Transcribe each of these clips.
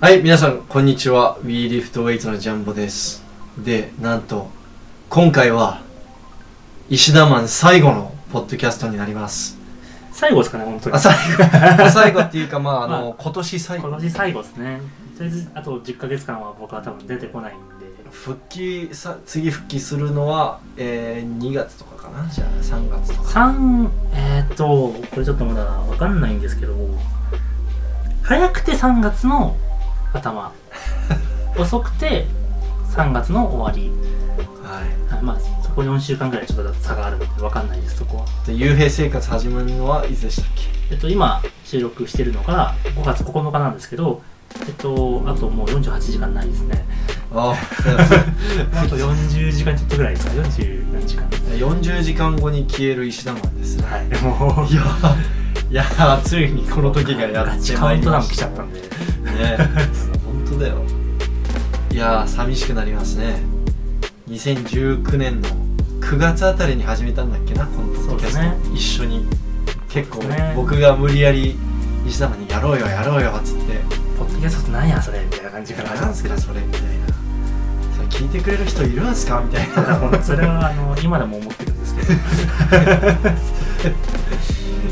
はい、皆さん、こんにちは。We Lift Weights のジャンボです。で、なんと、今回は、石田マン最後のポッドキャストになります。最後ですかね、本当にあ、。最 後、最後っていうか、まあ、あの、ま今年最今後。年最後ですね。とりあえず、あと10ヶ月間は僕は多分出てこないんで。復帰さ、次復帰するのは、えー、2月とかかなじゃあ、3月とか。 3、えーっと、これちょっとまだわかんないんですけど、早くて3月の 頭、遅くて3月の終わり。はい。あまあ、そこ4週間ぐらいちょっと差があるのでわかんないです、そこは。で、幽閉生活始まるのはいつでしたっけえっと、今収録してるのが5月9日なんですけど、えっと、あともう48時間ないです ね。 あ、あと40時間ちょっとぐらいですか、40何時間。 40時間後に消える石田マンですね。はい、もういやー、いやー、ついに この時がやガっチてカまウいンりトダまウン来しちたゃったんでね本当だよいやー寂しくなりますね2019年の9月あたりに始めたんだっけなこのポッドキャスト、そうで一緒に結構、そうですね僕が無理やり西田に「やろうよやろうよ」っつってポッドキャストって何やそれみたいな「感じから何なんすかそれ」みたいな「それ聞いてくれる人いるんすか?」みたいただ もなうそれはあの今でも思ってるんですけど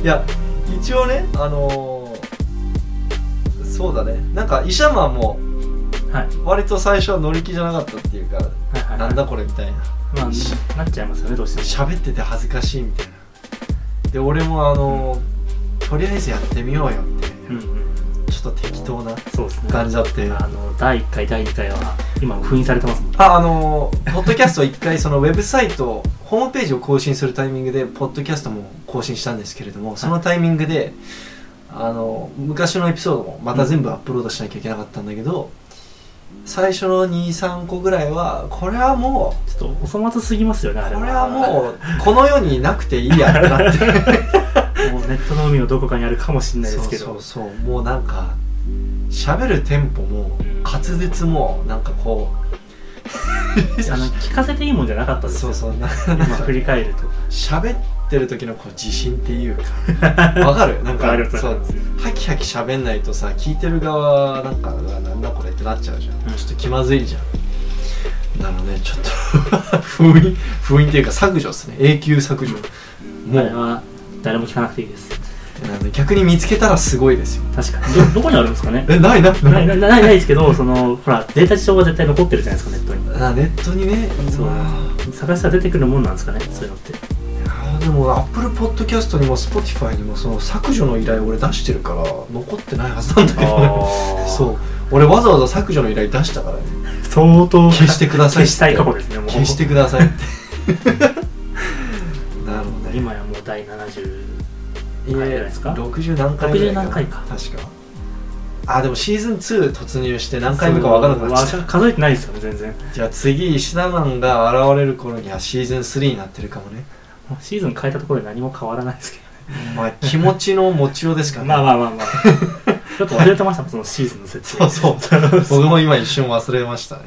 いや一応ねあのーそうだねなんか石田マンもはい割と最初は乗り気じゃなかったっていうか、はいはいなんだこれみたいなまあなっちゃいますよねどうしても喋ってて恥ずかしいみたいなで俺もあの、とりあえずやってみようよみたいうんうな、んちょっと適当なそうですね感じだって、あの第1回第2回は今封印されてますもんああのーポッドキャスト一回そのウェブサイトホームページを更新するタイミングでポッドキャストも更新したんですけれどもそのタイミングで、あの昔のエピソードもまた全部アップロードしなきゃいけなかったんだけど、最初の23個ぐらいはこれはもうちょっとお粗末すぎますよねあれはこれはもうこの世になくていいやってなってうもうネットの海のどこかにあるかもしれないですけどそうそうそうもうなんか喋るテンポも滑舌もなんかこうあの聞かせていいもんじゃなかったですそようそうな今振り返 ると喋ってる時のこう自信っていう かわかるなんかありがとうごそざいうますハキハキ喋んないとさ聞いてる側なんかうわなんだこれってなっちゃうじゃん、うんちょっと気まずいじゃんなのでちょっと 封印封印っていうか削除ですね永久削除もあれうは誰も聞かなくていいですなので逆に見つけたらすごいですよ確 かにどどこにあるんですかねえないないないないないないですけど、そのほらデータ上は絶対残ってるじゃないですかネットに。あネットにねそうまあ探したら出てくるもんなんですかね、そういうのって。あーでもアップルポッドキャストにも Spotify にもその削除の依頼俺出してるから残ってないはずなんだけどあそう俺わざわざ削除の依頼出したからね相当消してください消したい過去ですね、もう。消してくださいって なるほどね今やもう第70。い回ぐらいえですか60何回ぐらい60何回か確かあでもシーズン2突入して何回目か分からなくなっちゃそうっ数えてないですよね、全然。たじゃあ次石田マンが現れる頃にはシーズン3になってるかもねもうシーズン変えたところで何も変わらないですけまあ気持ちの持ちようですかど、らねまあまあま あまあ。ちょっと忘れてましたもん、そのシーズンの設定。そうそう。 僕も今一瞬忘れましたね。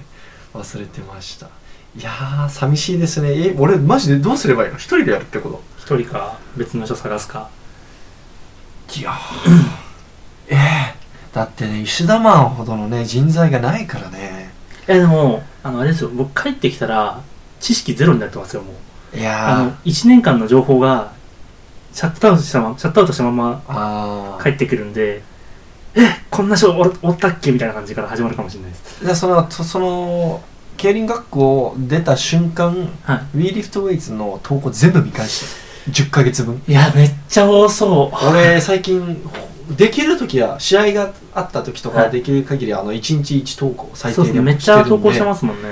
忘れてました。いやー、寂しいですね。え、俺、マジでどうすればいいの一人でやるってこ一人か、別の人探すか。といや ええだってね、石田マンほどのね、人材がないからね。え、でも、あの、あれですよ、僕帰ってきたら、知識ゼロになってますよ、もう。いあやの1年間の情報がシャットダウンしたままシャットアウトしたままー、あー帰ってくるんでえこんな人おおったっけみたいな感じから始まるかもしれないですじゃあその、とその、競輪学校を出た瞬間、は WeLiftWeights の投稿全部見返して、10ヶ月分。いいやめっちゃ多そ俺最近できる時は試合があった時とはかいできる限りあの1日1投稿う最そうで低すねでもめっちゃ投稿してますすもんね、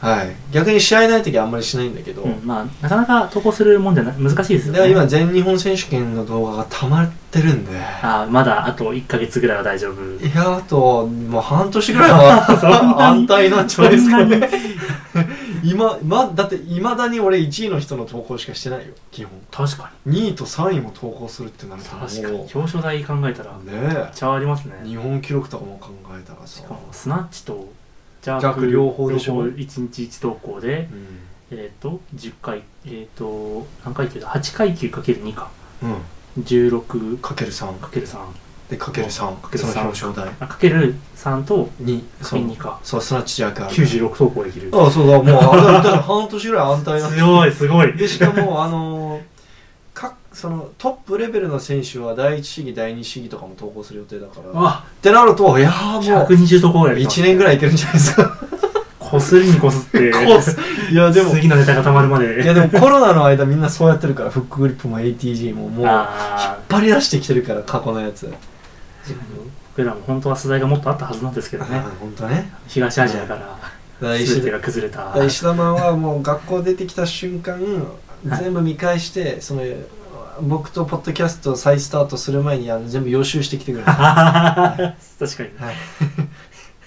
はい逆に試合ない時はあんまりしないんだけど、うん、まあなかなか投稿するもんじゃな難しいですよでね今全日本選手権の動画が溜まってるんでいやあまだあと1ヶ月ぐらいは大丈夫あともう半年ぐらいは そんなに安泰なんじゃないですかそんね 今、ま、だっていまだに俺1位の人の投稿しかしてないよ基本確か2位と3位も投稿するってなるにと確かにも表彰台考えたらうめっねちゃありますねえ日本記録とかも考えたらさしかもスナッチとジャジャーークク両方でしょ1日1投稿でうえっ、と、10回、えっ、と、何回級だ ?8 回級かける2か。ん、うん、 16かかける3ける3。でかける3かけるそ3の表彰台あかける3とにかける2かそうすなわちジャカ96投稿できるああそうだもうあ れだったら半年ぐらい安泰だ強いすごいでしかもあのかそのトップレベルの選手は第一試技第二試技とかも投稿する予定だからっあてなるといやーもう120投稿ぐらい1年ぐらいいけるんじゃないですかこすりにこす ってコースいやでもい次のネタがたまるまで やでもコロナの間みんなそうやってるからフックグリップも ATG ももう引っああ張り出してきてるから過去のやつ、ね、僕らも本当は世代がもっとあったはずなんですけどね本当ね東アジアから第全一てが崩れただから 石田マンはもう学校出てきた瞬間はい全部見返してその僕とポッドキャストを再スタートする前にあの全部予習してきてくれ た、確かにはい、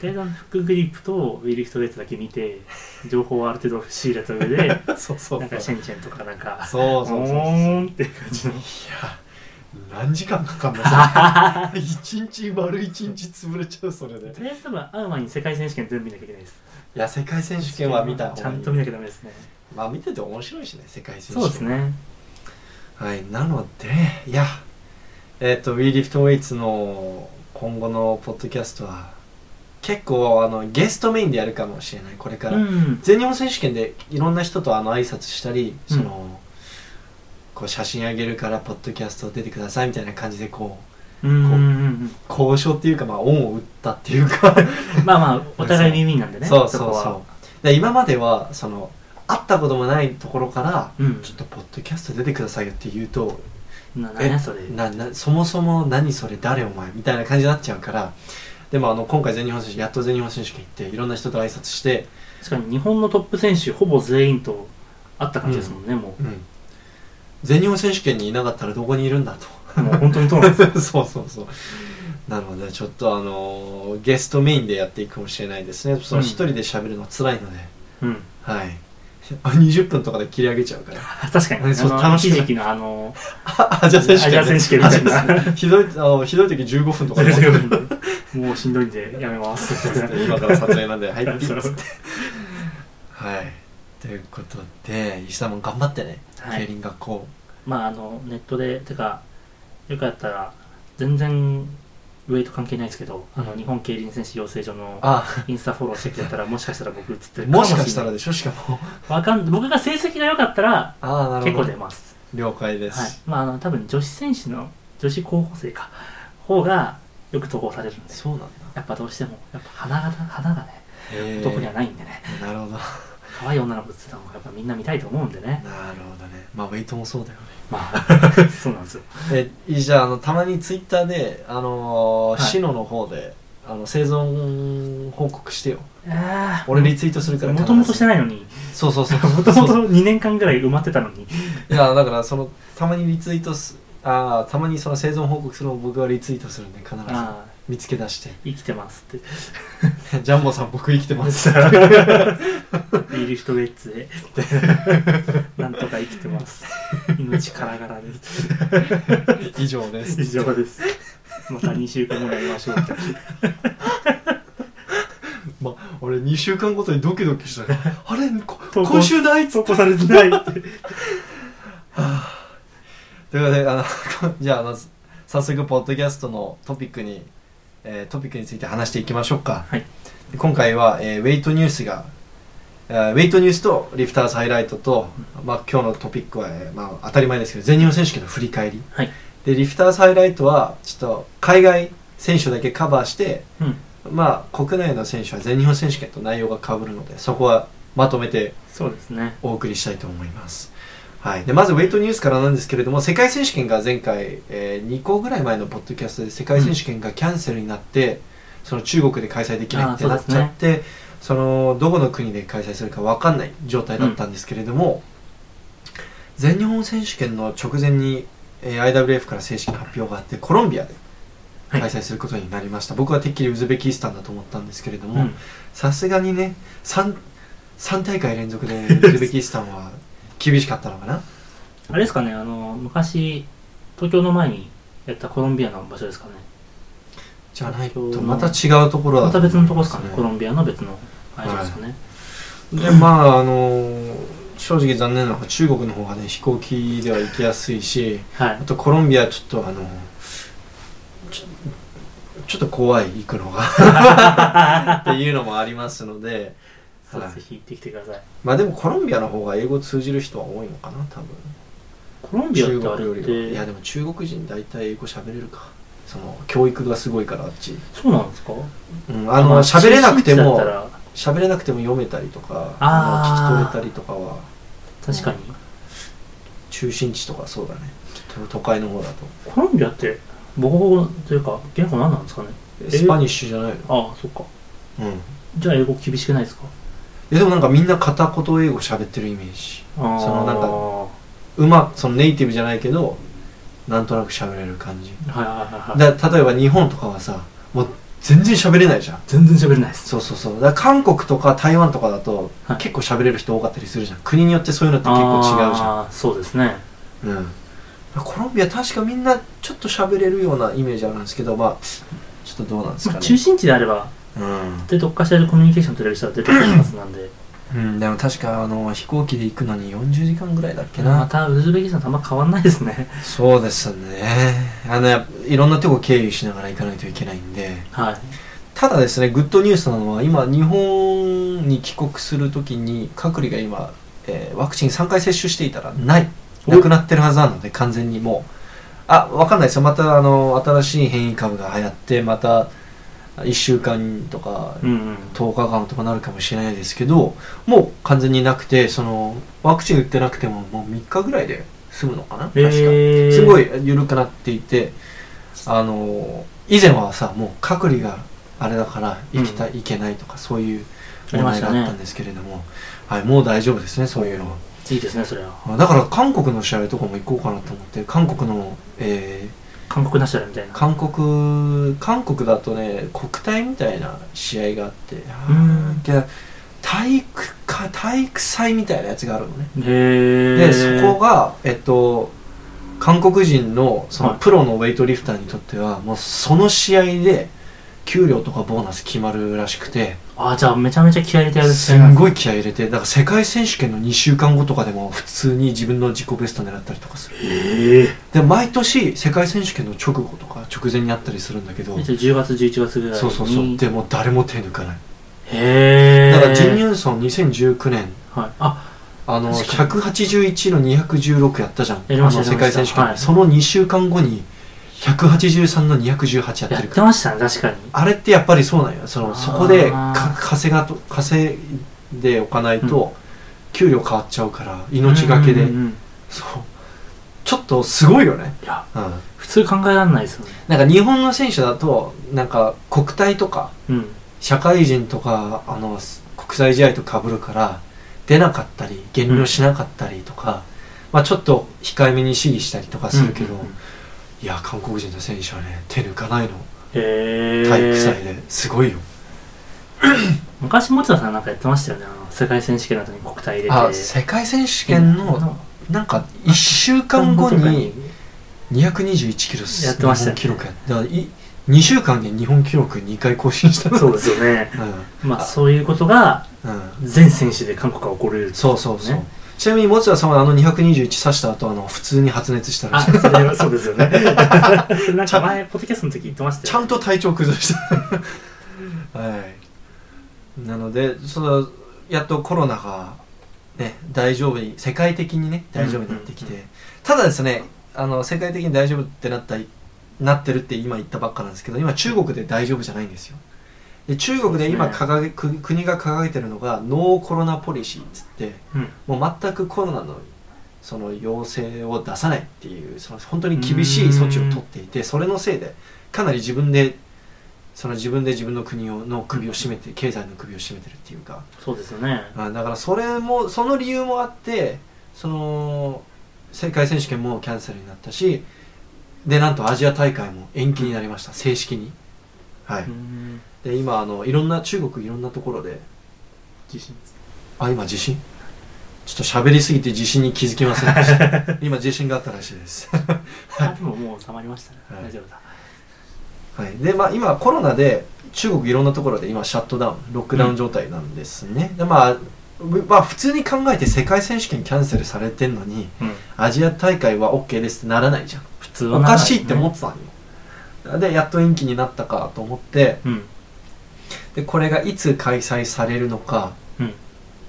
低段フックグリップとウィリフトウェイツだけ見て情報をある程度仕入れた上でそうそうなんそうかシェンチェンとかなんかそうそうおそうーんっていう感じの何時間かかんな 一日丸一日潰れちゃうそれでとりあえず多分会う前に世界選手権全部見なきゃいけないですいや世界選手権は見た方がいいちゃんと見なきゃダメですねまあ見てて面白いしね世界選手権そうですねはいなのでいやえっ、と WeLiftWeights の今後のポッドキャストは結構あのゲストメインでやるかもしれないこれから、うん全日本選手権でいろんな人とあの挨拶したりその、こう写真あげるからポッドキャスト出てくださいみたいな感じでこううんうんうん交渉っていうかまあ恩を打ったっていうかうんまあまあお互い耳なんでねそうそうこそはうで今まではその会ったこともないところから、うんちょっとポッドキャスト出てくださいよって言うとななんやそれななそもそも何それ誰お前みたいな感じになっちゃうからでもあの今回全日本選手やっと全日本選手権行っていろんな人と挨拶して、確かに日本のトップ選手ほぼ全員と会った感じですもんね、もうん、全日本選手権にいなかったらどこにいるんだと うもう本当にそうなんですそうそうそうなのでちょっとあのーゲストメインでやっていくかもしれないですねその一人で喋るの辛いので、うんはいあ20分とかで切り上げちゃうから 確かに、そうあの楽し一い時期のあのあアジア選手権、ね、アジア選手権みたいなアジアひどいあのひどい時15分とかで終わっもうしんどいんでやめます。て今から撮影なんで はいそうピッつってはいということで石田も頑張ってね、はい競輪学校まああのネットでてかよかったら全然ウェイト関係ないですけど、あうのん日本競輪選手養成所のあインスタフォローしてくれたらもしかしたら僕映ってる もしかしたらででしょしかもわかん僕が成績が良かったらああなる結ほ構ど出ます。了解です、はい。まああの多分女子選手の女子候補生か方がよく投稿されるんで、そうなんだやっぱどうしてもやっぱ花が花がねへ男にはーないんでね、なるほど可愛い女の子映ってた方がやっぱみんな見たいと思うんでね。なるほどねまあウェイトもそうだよねま あそうなんですよ。えじゃああのたまにツイッターであのーはいシノの方であの生存報告してよあ俺リツイートするからもともとしてないの に、そうそう そうもともと2年間ぐらい埋まってたのに、いやだからそのたまにリツイートすあーたまにその生存報告するのを僕はリツイートするんで必ず ああ、見つけ出して生きてますって。ジャンボさん僕生きてます ビールフトウェッツで、 なんとか生きてます。命からがらです。 以上です以上です。また2週間後に会いましょう って。ま俺2週間ごとにドキドキ したねあれこ投稿今週ないっつ投稿されてないって。ということであの じゃああの早速ポッドキャストのトピックに、えートピックについて話していきましょうか、はいで今回は、えーウェイトニュースがえーウェイトニュースとリフターズハイライトと、まあ、今日のトピックは、えーまあ、当たり前ですけど全日本選手権の振り返りはい。でリフターズハイライトはちょっと海外選手だけカバーして、うん。まあ、国内の選手は全日本選手権と内容が被るのでそこはまとめてそうですね。お送りしたいと思います。はい、でまずウェイトニュースからなんですけれども世界選手権が前回、え2個ぐらい前のポッドキャストで世界選手権がキャンセルになって、その中国で開催できないってあーなっちゃってそ,、のどこの国で開催するか分かんない状態だったんですけれども、全日本選手権の直前に、えー IWF から正式な発表があってコロンビアで開催することになりました、僕はてっきりウズベキスタンだと思ったんですけれどうも、ん。さすがにね 3, 3大会連続で ウズベキスタンは厳しかったのかなあれですかね、あの、昔、東京の前にやったコロンビアの場所ですかね。じゃないとそうまた違うところだまた別のとこですかね、コロねンビアの別の会場ですかね。でまああのー正直残念なのが中国の方がね飛行機では行きやすいしはいあ。とコロンビアちょっとあのーちょっと怖い行くのが っていうのもありますのでそうはいぜひ行ってきてくださいまあでもコロンビアの方が英語通じる人は多いのかな多分コロンビアっ中てあ国よれりっはいやてでも中国人大体英語喋れるかその教育がすごいからあっち、そうなんですかうん、あのま喋れなくて親切もだったら喋れなくても読めたりとかあーまあ聞き取れたりとかは確かに中心地とかそうだねとても都会の方だとコロンビアって母国語というか言語何なんですかねえスパニッシュじゃないのああそっかうんじゃあ英語厳しくないですかえでもなんかみんな片言英語喋ってるイメージそのなんかはうまそのネイティブじゃないけどなんとなく喋れる感じいはいはいはいだ例えば日本とかはさもう全然喋れないじゃん全然喋れないですそうそうそうだから韓国とか台湾とかだとはい結構喋れる人多かったりするじゃん国によってそういうのって結構違うじゃんそうですねんうんコロンビア確かみんなちょっと喋れるようなイメージあるんですけどまあちょっとどうなんですまかあね、中心地であればうんでどっかしらでコミュニケーション取れる人は出てくるはずなんでうん、でも確かあの飛行機で行くのに40時間ぐらいだっけなまたウズベキスタンとあんま変わんないですねそうですねあのやっぱいろんなとこ経由しながら行かないといけないんではいただですねグッドニュースなのは今日本に帰国するときに隔離が今、えーワクチン3回接種していたらないおなくなってるはずなので完全にもうあわかんないですよまたあの新しい変異株が流行ってまた1週間とかうんうん10日間とかなるかもしれないですけどもう完全になくてそのワクチン打ってなくてももう3日ぐらいで済むのかな確か、えーすごい緩くなっていてあの以前はさもう隔離があれだから行きた、いけないとかそういうあり問まし題がたねあったんですけれども、はい、もう大丈夫ですねそういうのは。いいですねそれはあだから韓国の試合とかも行こうかなと思って韓国の、え韓国ナショナルみたいーな韓国韓国だとね国体みたいな試合があってんで体育か体育祭みたいなやつがあるのねへえでそこがえっと韓国人のそのはいプロのウェイトリフターにとってはもうその試合で給料とかボーナス決まるらしくてあじゃあめちゃめちゃ気合い入れてやるすんごい気合い入れてだから世界選手権の2週間後とかでも普通に自分の自己ベスト狙ったりとかするへえで毎年世界選手権の直後とか直前にあったりするんだけどめっちゃ10月11月ぐらいにそうそうそうでもう誰も手抜かないへえだからジン・ユンソン2019年はいああの確かに181の216やったじゃんやりましたあの世やりま界した選手権、はいその2週間後に183の218ややっってるかてらましたね確かにあれってやっぱりそうなんよそあのーそこでか稼がと稼いでおかないと給料変わっちゃうから命がけで、うんうんうんうんそうちょっとすごいよね、いやうん、普通考えられないですよねなんか日本の選手だとなんか国体とかうん社会人とかあのす国際試合とかぶるから出なかったり減量しなかったりとか、まあ、ちょっと控えめに試技したりとかするけど、うんうんうんいや韓国人の選手はね手抜かないのへえ体育祭ですごいよ、昔持田さんなんかやってましたよねあの世界選手権の後に国体入れてあ世界選手権のなんか1週間後に221キロやってました日ね本記録やってだからい2週間で日本記録2回更新したのそうですよねうまあそういうことがんうん全選手で韓国が起これるそうそうそう、ねちなみに持田さんはあの221刺した後あの普通に発熱したらあしいそれはそうですよね それなんか前ポッドキャストの時言ってましたちゃよねんと体調崩した はいなのでそのやっとコロナがね大丈夫に世界的にね大丈夫になってきて、うんうただですねあの世界的に大丈夫ってなったなってるって今言ったばっかなんですけど今中国で大丈夫じゃないんですよで中国で今そう掲げ国国が掲げてるのがノーコロナポリシーっつってうんもう全くコロナのその要請を出さないっていうその本当に厳しい措置を取っていてそれのせいでかなり自分でその自分で自分の国をの首を絞めて経済の首を絞めてるっていうかそうですよねあだからそれもその理由もあってその世界選手権もキャンセルになったしでなんとアジア大会も延期になりました正式にはいうーんで今あのいろんな中国いろんなところで自信ですあ今地震ちょっと喋りすぎて地震に気づきませんでした 今地震があったらしいです、あでももう収まりましたねはい大丈夫だはい、でまあ今コロナで中国いろんなところで今シャットダウンロックダウン状態なんですね、でまあぶまあ普通に考えて世界選手権キャンセルされてんのにうんアジア大会は OK ですってならないじゃん普通はおならかなしいって思ねってたのよ、でやっと延期になったかと思ってうんでこれがいつ開催されるのかうん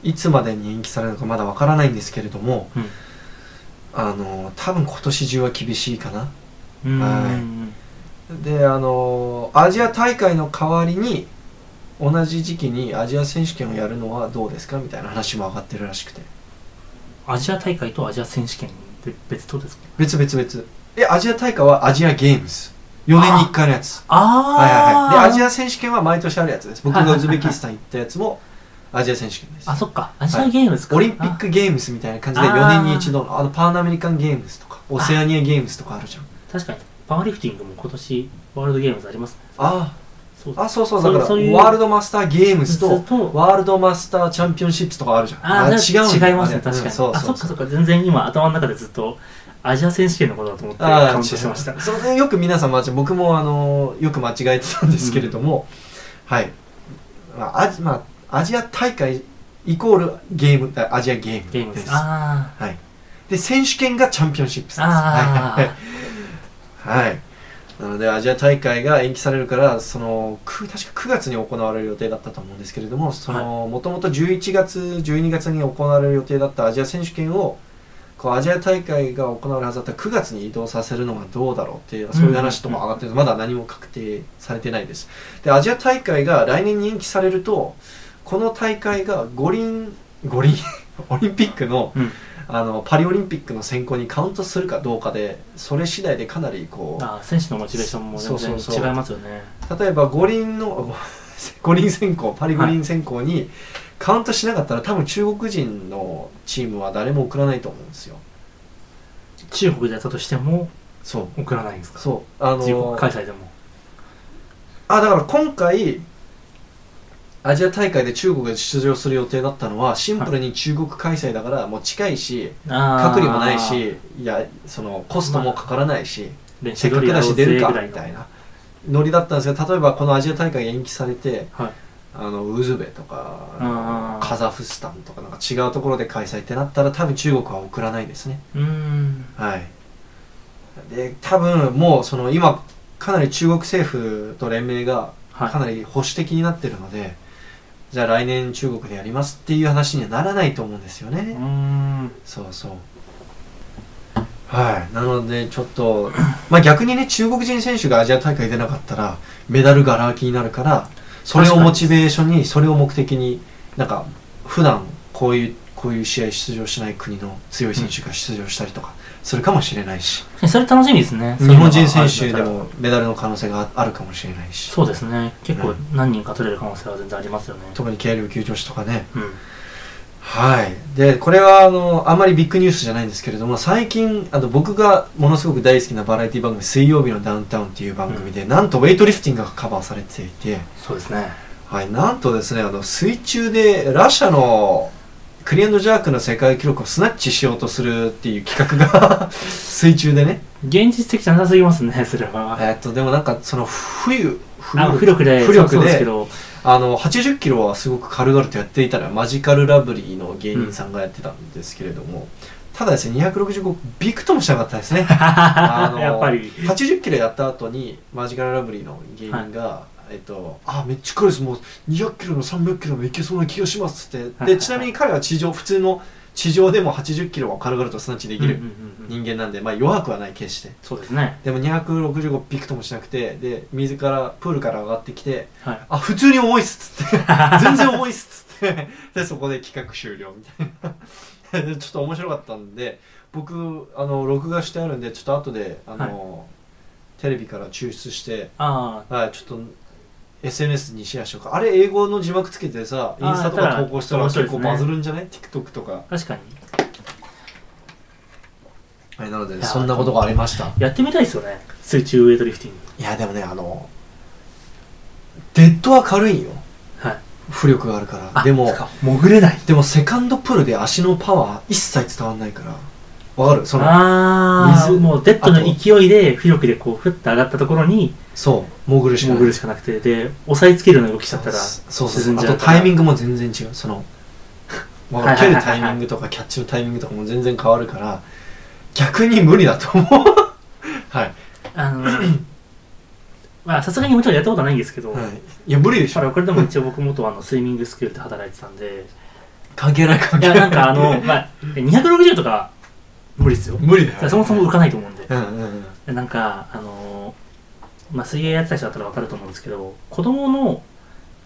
いつまでに延期されるのかまだわからないんですけれどもうんあの多分今年中は厳しいかなうんはいうんであのアジア大会の代わりに同じ時期にアジア選手権をやるのはどうですかみたいな話も上がってるらしくてアジア大会とアジア選手権で別とですか別々別えアジア大会はアジアゲームズ4年に1回のやつはいあはいはいであアジア選手権は毎年あるやつです僕がウズベキスタン行ったやつもアジア選手権ですあそっかアジアゲームですか、オリンピックゲームズみたいな感じであ4年に一度のあのパンアメリカンゲームズとかオセアニアゲームズとかあるじゃんあ確かにパワーリフティングも今年ワールドゲームズありますねあそうああそうそうだそうからそういうワールドマスターゲームズとずっとワールドマスターチャンピオンシップスとかあるじゃんああ違うんだよ違いますねあれ確かに、うんそうあそそうっかそっか全然今頭の中でずっとアジア選手権のことだと思ってあカウンあトしてましたその辺よく皆さん間違え僕もあのよく間違えてたんですけれども、はい、まあアジまあ、アジア大会イコールゲームあアジアゲームゲームでですすあはい、で選手権がチャンピオンシップスですあああはい、はい、なのでアジア大会が延期されるからそのく確か9月に行われる予定だったと思うんですけれどももともと11月12月に行われる予定だったアジア選手権をこうアジア大会が行われるはずだった9月に移動させるのがどうだろうっていうそういう話とも上がってるまだ何も確定されてないですでアジア大会が来年に延期されるとこの大会が五輪五輪 オリンピックのうんあのパリオリンピックの選考にカウントするかどうかでそれ次第でかなりこあ選手のモチベーションも全然そうそうそう違いますよねう例えば五輪の五輪選考パリ五輪選考にカウントしなかったら多分中国人のチームは誰も送らないと思うんですよ中国でやったとしてもそう送らないんですかそうあ中国の開催でもあだから今回アジア大会で中国が出場する予定だったのはシンプルに中国開催だからもう近いし隔隔離もないしいやそのコストもかからないし、練せ習っ通かりくだし出るかみたやろうぜいなノリだったんですけど例えばこのアジア大会が延期されてはいあのウズベとうんうんうかんカザフスタンとかなんか違うところで開催ってなったら多分中国は送らないですねうーんはいで多分もうその今かなり中国政府と連盟がはいかなり保守的になってるので、じゃあ来年中国でやりますっていう話にはならないと思うんですよね、うーんそうそうはいなのでちょっとまあ逆にね中国人選手がアジア大会出なかったらメダルがら空きになるからそれをモチベーションにそれを目的になんか普段こういうこういう試合出場しない国の強い選手が出場したりとかするかもしれないし、それ楽しみですね日本人選手でそういうのがあるんだったらもメダルの可能性があるかもしれないしそうですね結構うん何人か取れる可能性は全然ありますよね特に軽量級女子とかねうんはい。で、これは、あの、あまりビッグニュースじゃないんですけれども、最近、あの、僕がものすごく大好きなバラエティ番組、水曜日のダウンタウンっていう番組で、なんとウェイトリフティングがカバーされていて、そうですねはい、なんとですね、あの、水中で、ラシャの、クリアンドジャークの世界記録をスナッチしようとするっていう企画 が水中でね現実的じゃなさすぎますね それはえっとでもなんかその冬浮あ浮力浮でそうそ力うですけでどあの80キロはすごく軽々とやっていたらマジカルラブリーの芸人さんがやってたんですけれども、ただですね265ビクともしなかったです ねあのやっぱり80キロやった後にマジカルラブリーの芸人が、えっと、あめっちゃ軽いですもう200キロの300キロもいけそうな気がしますっつってはいはいはでいちなみに彼は地上普通の地上でも80キロは軽々とスナッチできうんるうんうんうん人間なんで、まあ、弱くはない決してそうですねでも265ビクともしなくてで水からプールから上がってきてはいあ普通に重いっすっつって 全然重いっすっつってでそこで企画終了みたいな でちょっと面白かったんで僕あの録画してあるんでちょっと後であの、テレビから抽出して、あはい、ちょっと SNS にシェアしようかあれ英語の字幕つけてさあイーンスタとか投稿したらやったら結構バズるんじゃない、TikTok とかあ、確かにはい、なのでやそんなことがありましたやってみたいですよね水中ウエイトリフティングいやでもねあのデッドは軽いよはい浮力があるからあでもそっか潜れないでもセカンドプールで足のパワー一切伝わんないからわかるそのああ水もうデッドの勢いで浮力でこうふっと上がったところにそう潜るしかない潜るしかなくてで押さえつけるような動きしちゃったらそうそうそ沈うんあじゃとうからタイミングも全然違うそ のわかるは蹴いるはいはいはタいイミングとかキャッチのタイミングとかも全然変わるから 逆に無理だと思うはいあのまあさすがにもちろんやったことはないんですけど、はい、いや無理でしまょあこれでも一応僕元あのスイミングスクールで働いてたんで関係ない関い係やないなんかあの、まあ、260とか無理ですよ無理だよそもそも浮かないと思うんでうんうんうんなんかあのまあ水泳やってた人だったら分かると思うんですけど子供の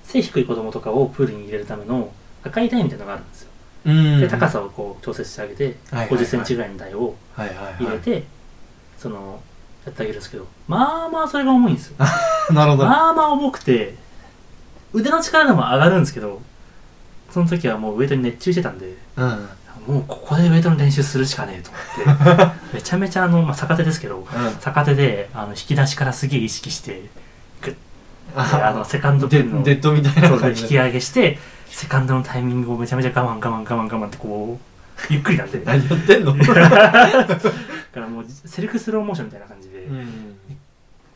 背低い子供とかをプールに入れるための赤い台みたいなのがあるんですようんで高さをこう調節してあげてはいはいは5い0センチぐらいの台をはいはい入はれいてそのやってあげるんですけどまあまあそれが重いんですよなるほどまあまあ重くて腕の力でも上がるんですけどその時はもうウエイトに熱中してたんでうんもうここでウエイトの練習するしかねえと思 ってめちゃめちゃあの、まあ、逆手ですけど逆手であの引き出しからすげえ意識してであのセカンドプーデルのデッドみたいそなう感引じきで上げしてセカンドのタイミングをめちゃめちゃ我慢我慢我慢我慢ってこうゆっくりなんで だ何やってんのからもうセルフスローモーションみたいな感じで、うん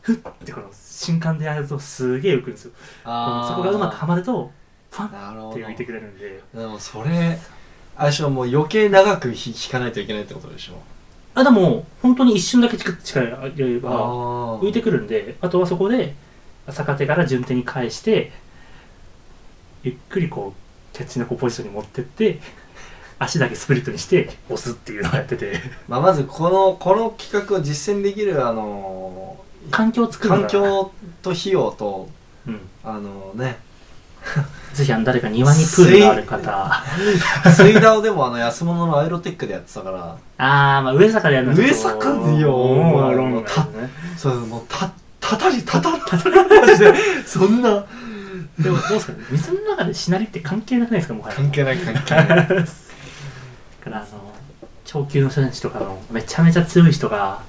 ふってこの瞬間でやるとすげえ浮くんですよあーそこがうまくはまるとファンなるっほてど浮いてくれるんででもそれあれでしょもう余計長くひ引かないといけないってことでしょあでも本当に一瞬だけ力力入れれば浮いてくくるんであとはそこで逆手から順手に返してゆっくりこうキャッチのこうポジションに持ってって足だけスプリットにして押すっていうのをやっててまあ、まずこのこの企画を実践できるあの環境を作るのが環境と費用とうん、あのね ぜひあの誰か庭にプールがある方あ水道でもあの安物のアイロテックでやってたからあーまあ上坂でやるの上坂でよもうロングただねそうもうたたたりたたたたりマジでそんなでもどうですかね水の中でしなりって関係なくないですかもはや関係ない関係ないだからあの長級の選手とかのめちゃめちゃ強い人が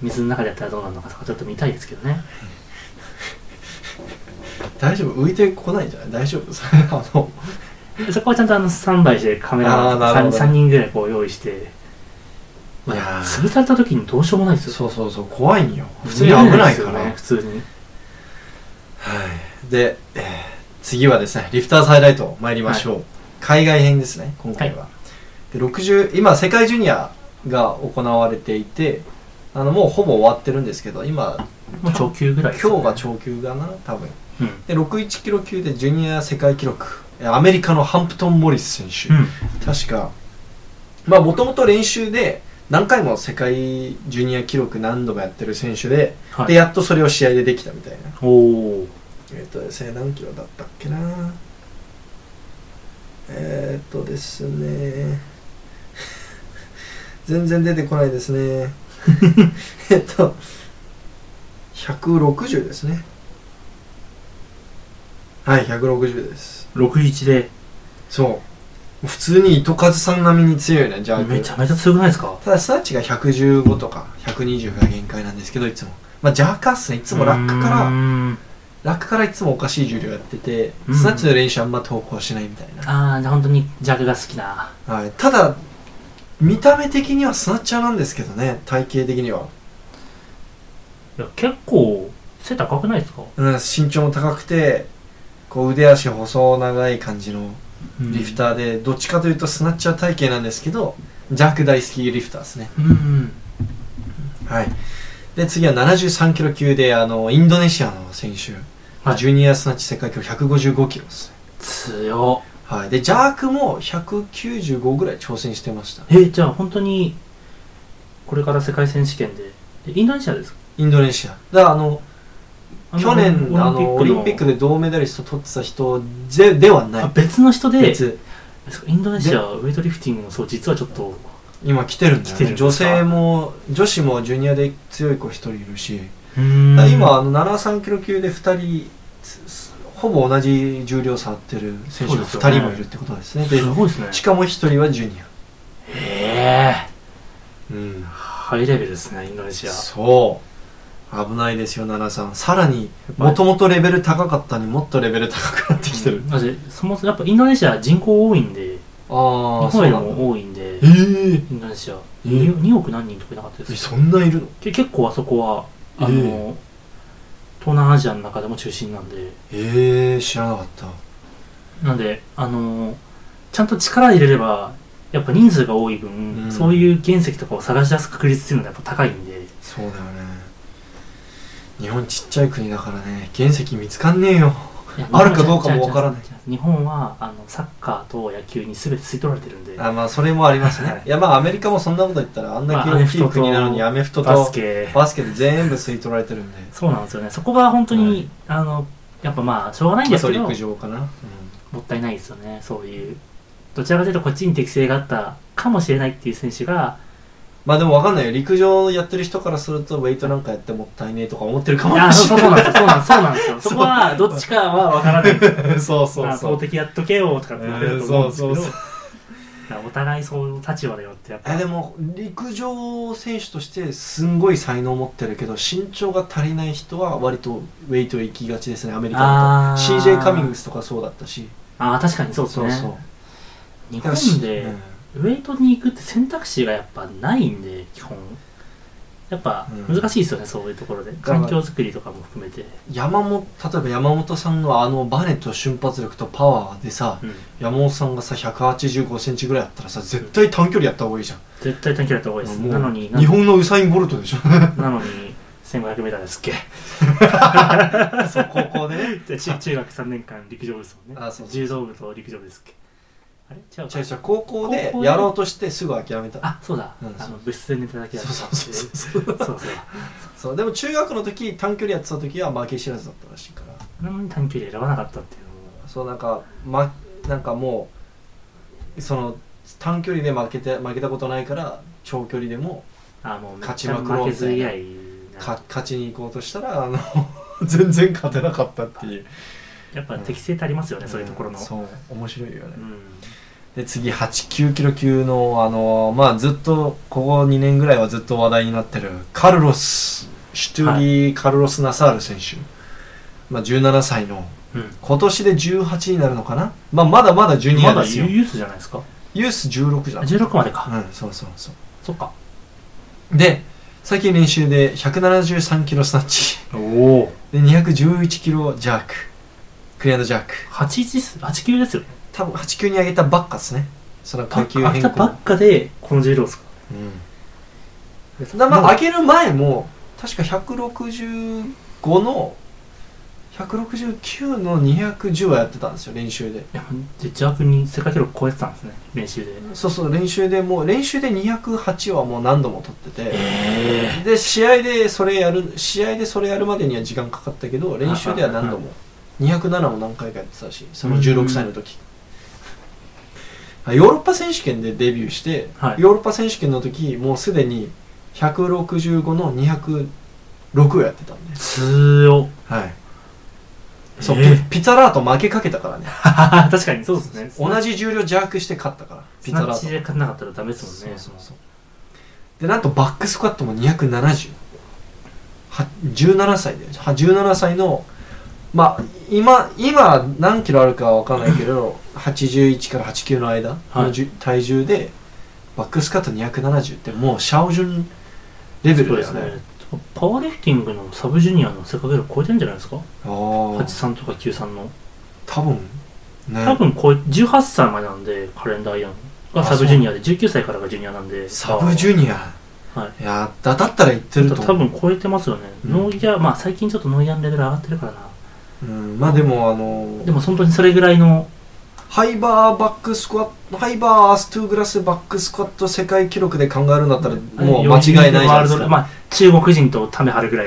水の中でやったらどうなるのかとかちょっと見たいですけどね大丈夫浮いてこないんじゃない大丈夫それあのそこはちゃんとあの3杯でカメラマンとあーかなるほ 3, ど人ぐらいこう用意して、まいやーあ、潰された時にどうしようもないですよそうそうそう怖いんよ普通に危ないからね普通にはい、で、えー次はですねリフターズハイライト参りましょう、海外編ですね今回は、で60今世界ジュニアが行われていてあのもうほぼ終わってるんですけど今もう長級ぐらいですよ今ね日が長級かな多分うん、で61キロ級でジュニア世界記録えーアメリカのハンプトン・モリス選手、うん確かまあもともと練習で何回も世界ジュニア記録何度もやってる選手で,、はでい、やっとそれを試合でできたみたいなおおえっ、とですね、何キロだったっけなえっ、とですね、 全然出てこないですね。 えっと、160ですね。はい、160です。 61でそう。普通に糸数さん並みに強いね、ジャーク。めちゃめちゃ強くないですかただ、スナッチが115とか120が限界なんですけど、いつも。まあ、ジャーカーっすね、いつもラックからうー。んラックからいつもおかしい重量やってて、うんスナッチの練習あんま投稿しないみたいな、ああじゃあ本当にジャグが好きなはい、ただ見た目的にはスナッチャーなんですけどね体型的にはいや結構背高くないですか、うん身長も高くてこう腕足細長い感じのリフーターで、どっちかというとスナッチャー体型なんですけど弱大好きリフターですねうんうんはいで次は73キロ級であのインドネシアの選手、はいジュニアスナッチ世界記録155キロですね強はいでジャークも195ぐらい挑戦してましたえー、じゃあ本当にこれから世界選手権でえインドネシアですかインドネシアだからあのあの去年あのオリンピックで銅メダリスト取ってた人でではなあい別の人で別そうインドネシアはウエイトリフティングもそう実はちょっと今来てるんだよ、来てるね、んですか女性も女子もジュニアで強い子一人いるし、だから今今あの73キロ級で2人つつほぼ同じ重量差あってる選手がそうですよ2ね人もいるってことですねですごいですねしかも1人はジュニア、へうえん、ハイレベルですねインドネシアそう危ないですよ73さらにもともとレベル高かったのにもっとレベル高くなってきてる、まずそもそもやっぱインドネシア人口多いんで日ああそ本うよなりんだも多いんでええーインドネシアえ 2, 2億何人とかいなかったですえかそんないるのけ結構あそこはあの、ええ東南アジアの中でも中心なんでええー、知らなかったなんであのちゃんと力入れればやっぱ人数が多い分、うんそういう原石とかを探し出す確率っていうのがやっぱ高いんでそうだよね日本ちっちゃい国だからね原石見つかんねえよいやあるかどうかもわからない日本はあのサッカーと野球に全て吸い取られてるんであまあそれもありますねいやまあアメリカもそんなこと言ったらあんだけまあアメ大フきいトと国なのにアメフトとバスケバスケで全部吸い取られてるんでそうなんですよねそこが本当に、はいあのやっぱまあしょうがないんですそうけど陸上かな、もったいないですよねそういうどちらかというとこっちに適性があったかもしれないっていう選手がまあでもわかんないよ陸上やってる人からするとウェイトなんかやってもったいねえとか思ってるかいもやし そうれそうなないんですよそうなんそうなんですよそこはどっちかは分からないですそうそうまあそ投う擲やっとけよとかって言われると思うんですけど、えーそうそうだからお互いそういう立場だよってやっぱえでも陸上選手としてすんごい才能を持ってるけど身長が足りない人は割とウェイト行きがちですねアメリカだとあー CJ カミングスとかそうだったしああ確かにそうですねそう日だからし本で、うんウェイトに行くって選択肢がやっぱないんで基本やっぱうん難しいですよね、そういうところでから環境づくりとかも含めて、山本例えば山本さんのあのバネと瞬発力とパワーでさうん、山本さんがさ1 8 5センチぐらいあったらさ絶対短距離やった方がいいじゃん絶対短距離だと多いですもうなのにな日本のウサイン・ボルトでしょ なのに 1500m ですっけそう高校でねでち 中学3年間陸上部ですもんねあそうそう柔道部と陸上部ですっけあれ違う違かう違う高校で高校でやろうとしてすぐ諦めたあそうだ、うんあの物質で寝ただけだったってそうそうそうそうそうそうでも中学の時短距離やってた時は負け知らずだったらしいからなのに短距離選ばなかったっていうのもそうなんか,、ま、なんかもうその短距離で負けて負けたことないから長距離でもあもうめっ勝ちちゃまくろうみ負けたずい以な外か勝ちに行こうとしたらあの 全然勝てなかったっていうやっぱ適性ってありますよね、そういうところのんそう面白いよね、うんで次89キロ級のあのまあずっとここ2年ぐらいはずっと話題になってるカルロスシュトゥーリー・カルロス・ナサール選手、まあ、17歳のうん今年で18になるのかな、まあ、まだまだジュニアまでだすユよ、ースじゃないですかユース16じゃん16までか、うんそうそうそそっかうで最近練習で173キロスナッチおおで211キロジャーククリアンドジャーク8級ですよね多分8級に上げたばっかですねそのば階っ級か変秋田更ばっかでこの重量ですかうんだまあ上げる前も確か165の169の210はやってたんですよ練習でいやで自白に世界記録超えてたんですね練習でそうそう練習でもう練習で208はもう何度も取ってて、えで試合でそれやる試合でそれやるまでには時間かかったけど練習では何度も207も何回かやってたしその16歳の時ヨーロッパ選手権でデビューして、はいヨーロッパ選手権の時もうすでに165の206をやってたんで、強っはいそうえーピピツァラート負けかけたからね 確かにそうですね同じ重量弱して勝ったからピ ピッツツァラーァラーでト勝たなかったらダメですもんねそうそうそうでなんとバックスクワットも270は17歳では17歳のまあ今今何キロあるかわかんないけ ど81から89の間のじゅ、体重でバックスクワット270ってもうシャオジュンレベそルうでだよすねねパワーリフティングのサブジュニアの世界記録超えてんじゃないですかああ83とか93の多分ね多分こう18歳までなんでカレンダーイアンがサブジュニアで19歳からがジュニアなんでサブジュニア、、はいやだだったら言ってると多思う分超えてますよね、うんノーギアまあ最近ちょっとノーギアのレベル上がってるからなうん、まあでもあのでも本当にそれぐらいのハイバーバックスクワット、ハイバーアーストゥーグラスバックスクワット世界記録で考えるんだったら、もう間違いないじゃないですワールドか。まあ中国人とタメ張るぐらい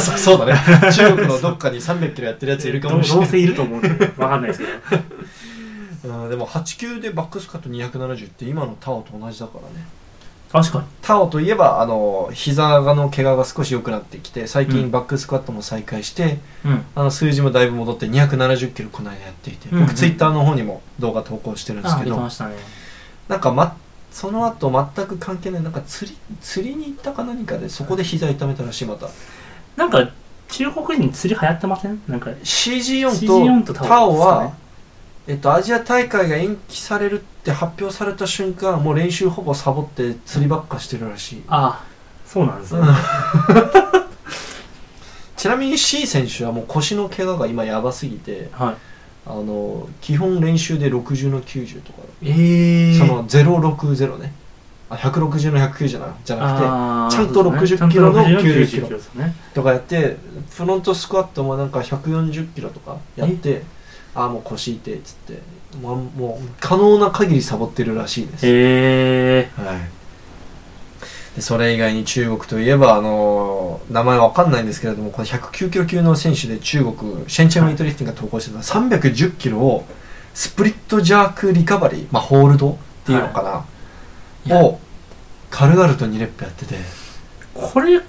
そうそうだね。中国のどっかに300キロやってるやついるかもしれどなうい。せいると思うんで分かんないです けどうん、でも8級でバックスクワット270って今のタオと同じだからね。確かにタオといえば、あの、膝の怪我が少し良くなってきて、最う近んバックスクワットも再開して、うんあの数字もだいぶ戻って270キロこの間やっていて、うんうん僕ツイッターの方にも動画投稿してるんですあけ出どて、ましたねなんか、ま、その後全く関係ないなんか釣り釣りに行ったか何かでそこで膝痛めたらしいまたなんか中国人釣り流行ってませんなんか CG4 と CG4 とタタオオは、ですかねえっと、アジア大会が延期されるって発表された瞬間もう練習ほぼサボって釣りばっかしてるらしいあそうなんですね、ちなみに C 選手はもう腰の怪我が今やばすぎてはいあの基本練習で60の90とかええー、その060ねあ160の190じゃなじゃなあーちゃんとそうですね60キロのちゃんと90 90キキロロですねくてとかやってフロントスクワットもなんか140キロとかやってああもう腰痛いっつってもうもう可能な限りサボってるらしいです、へえはい、でそれ以外に中国といえばあの名前わかんないんですけれどもこの109キロ級の選手で中国シェンチェン・ウェイトリフティングが投稿してた310キロをスプリットジャークリカバリー、まあ、ホールドっていうのかな、いやを軽々と2レップやっててこれ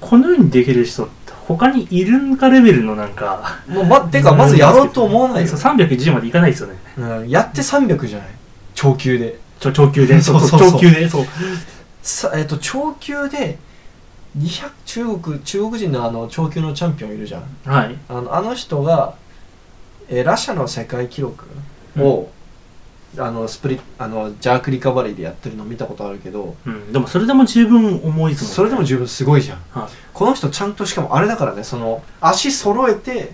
このようにできる人って他にいるんかレベルのなんかもうまてかまずやろうと思わないよそう、310までいかないですよねうん、やって300じゃない長級でちょ長級 でそうそうそう長級でそうさ、えっと長級で200中国中国人のあの長級のチャンピオンいるじゃんはいあのあの人が、えーラシャの世界記録を、あのスプリあのジャークリカバリーでやってるの見たことあるけどうん、でもそれでも十分重いですもんねそれでも十分すごいじゃん、はいこの人ちゃんとしかもあれだからねその足揃えて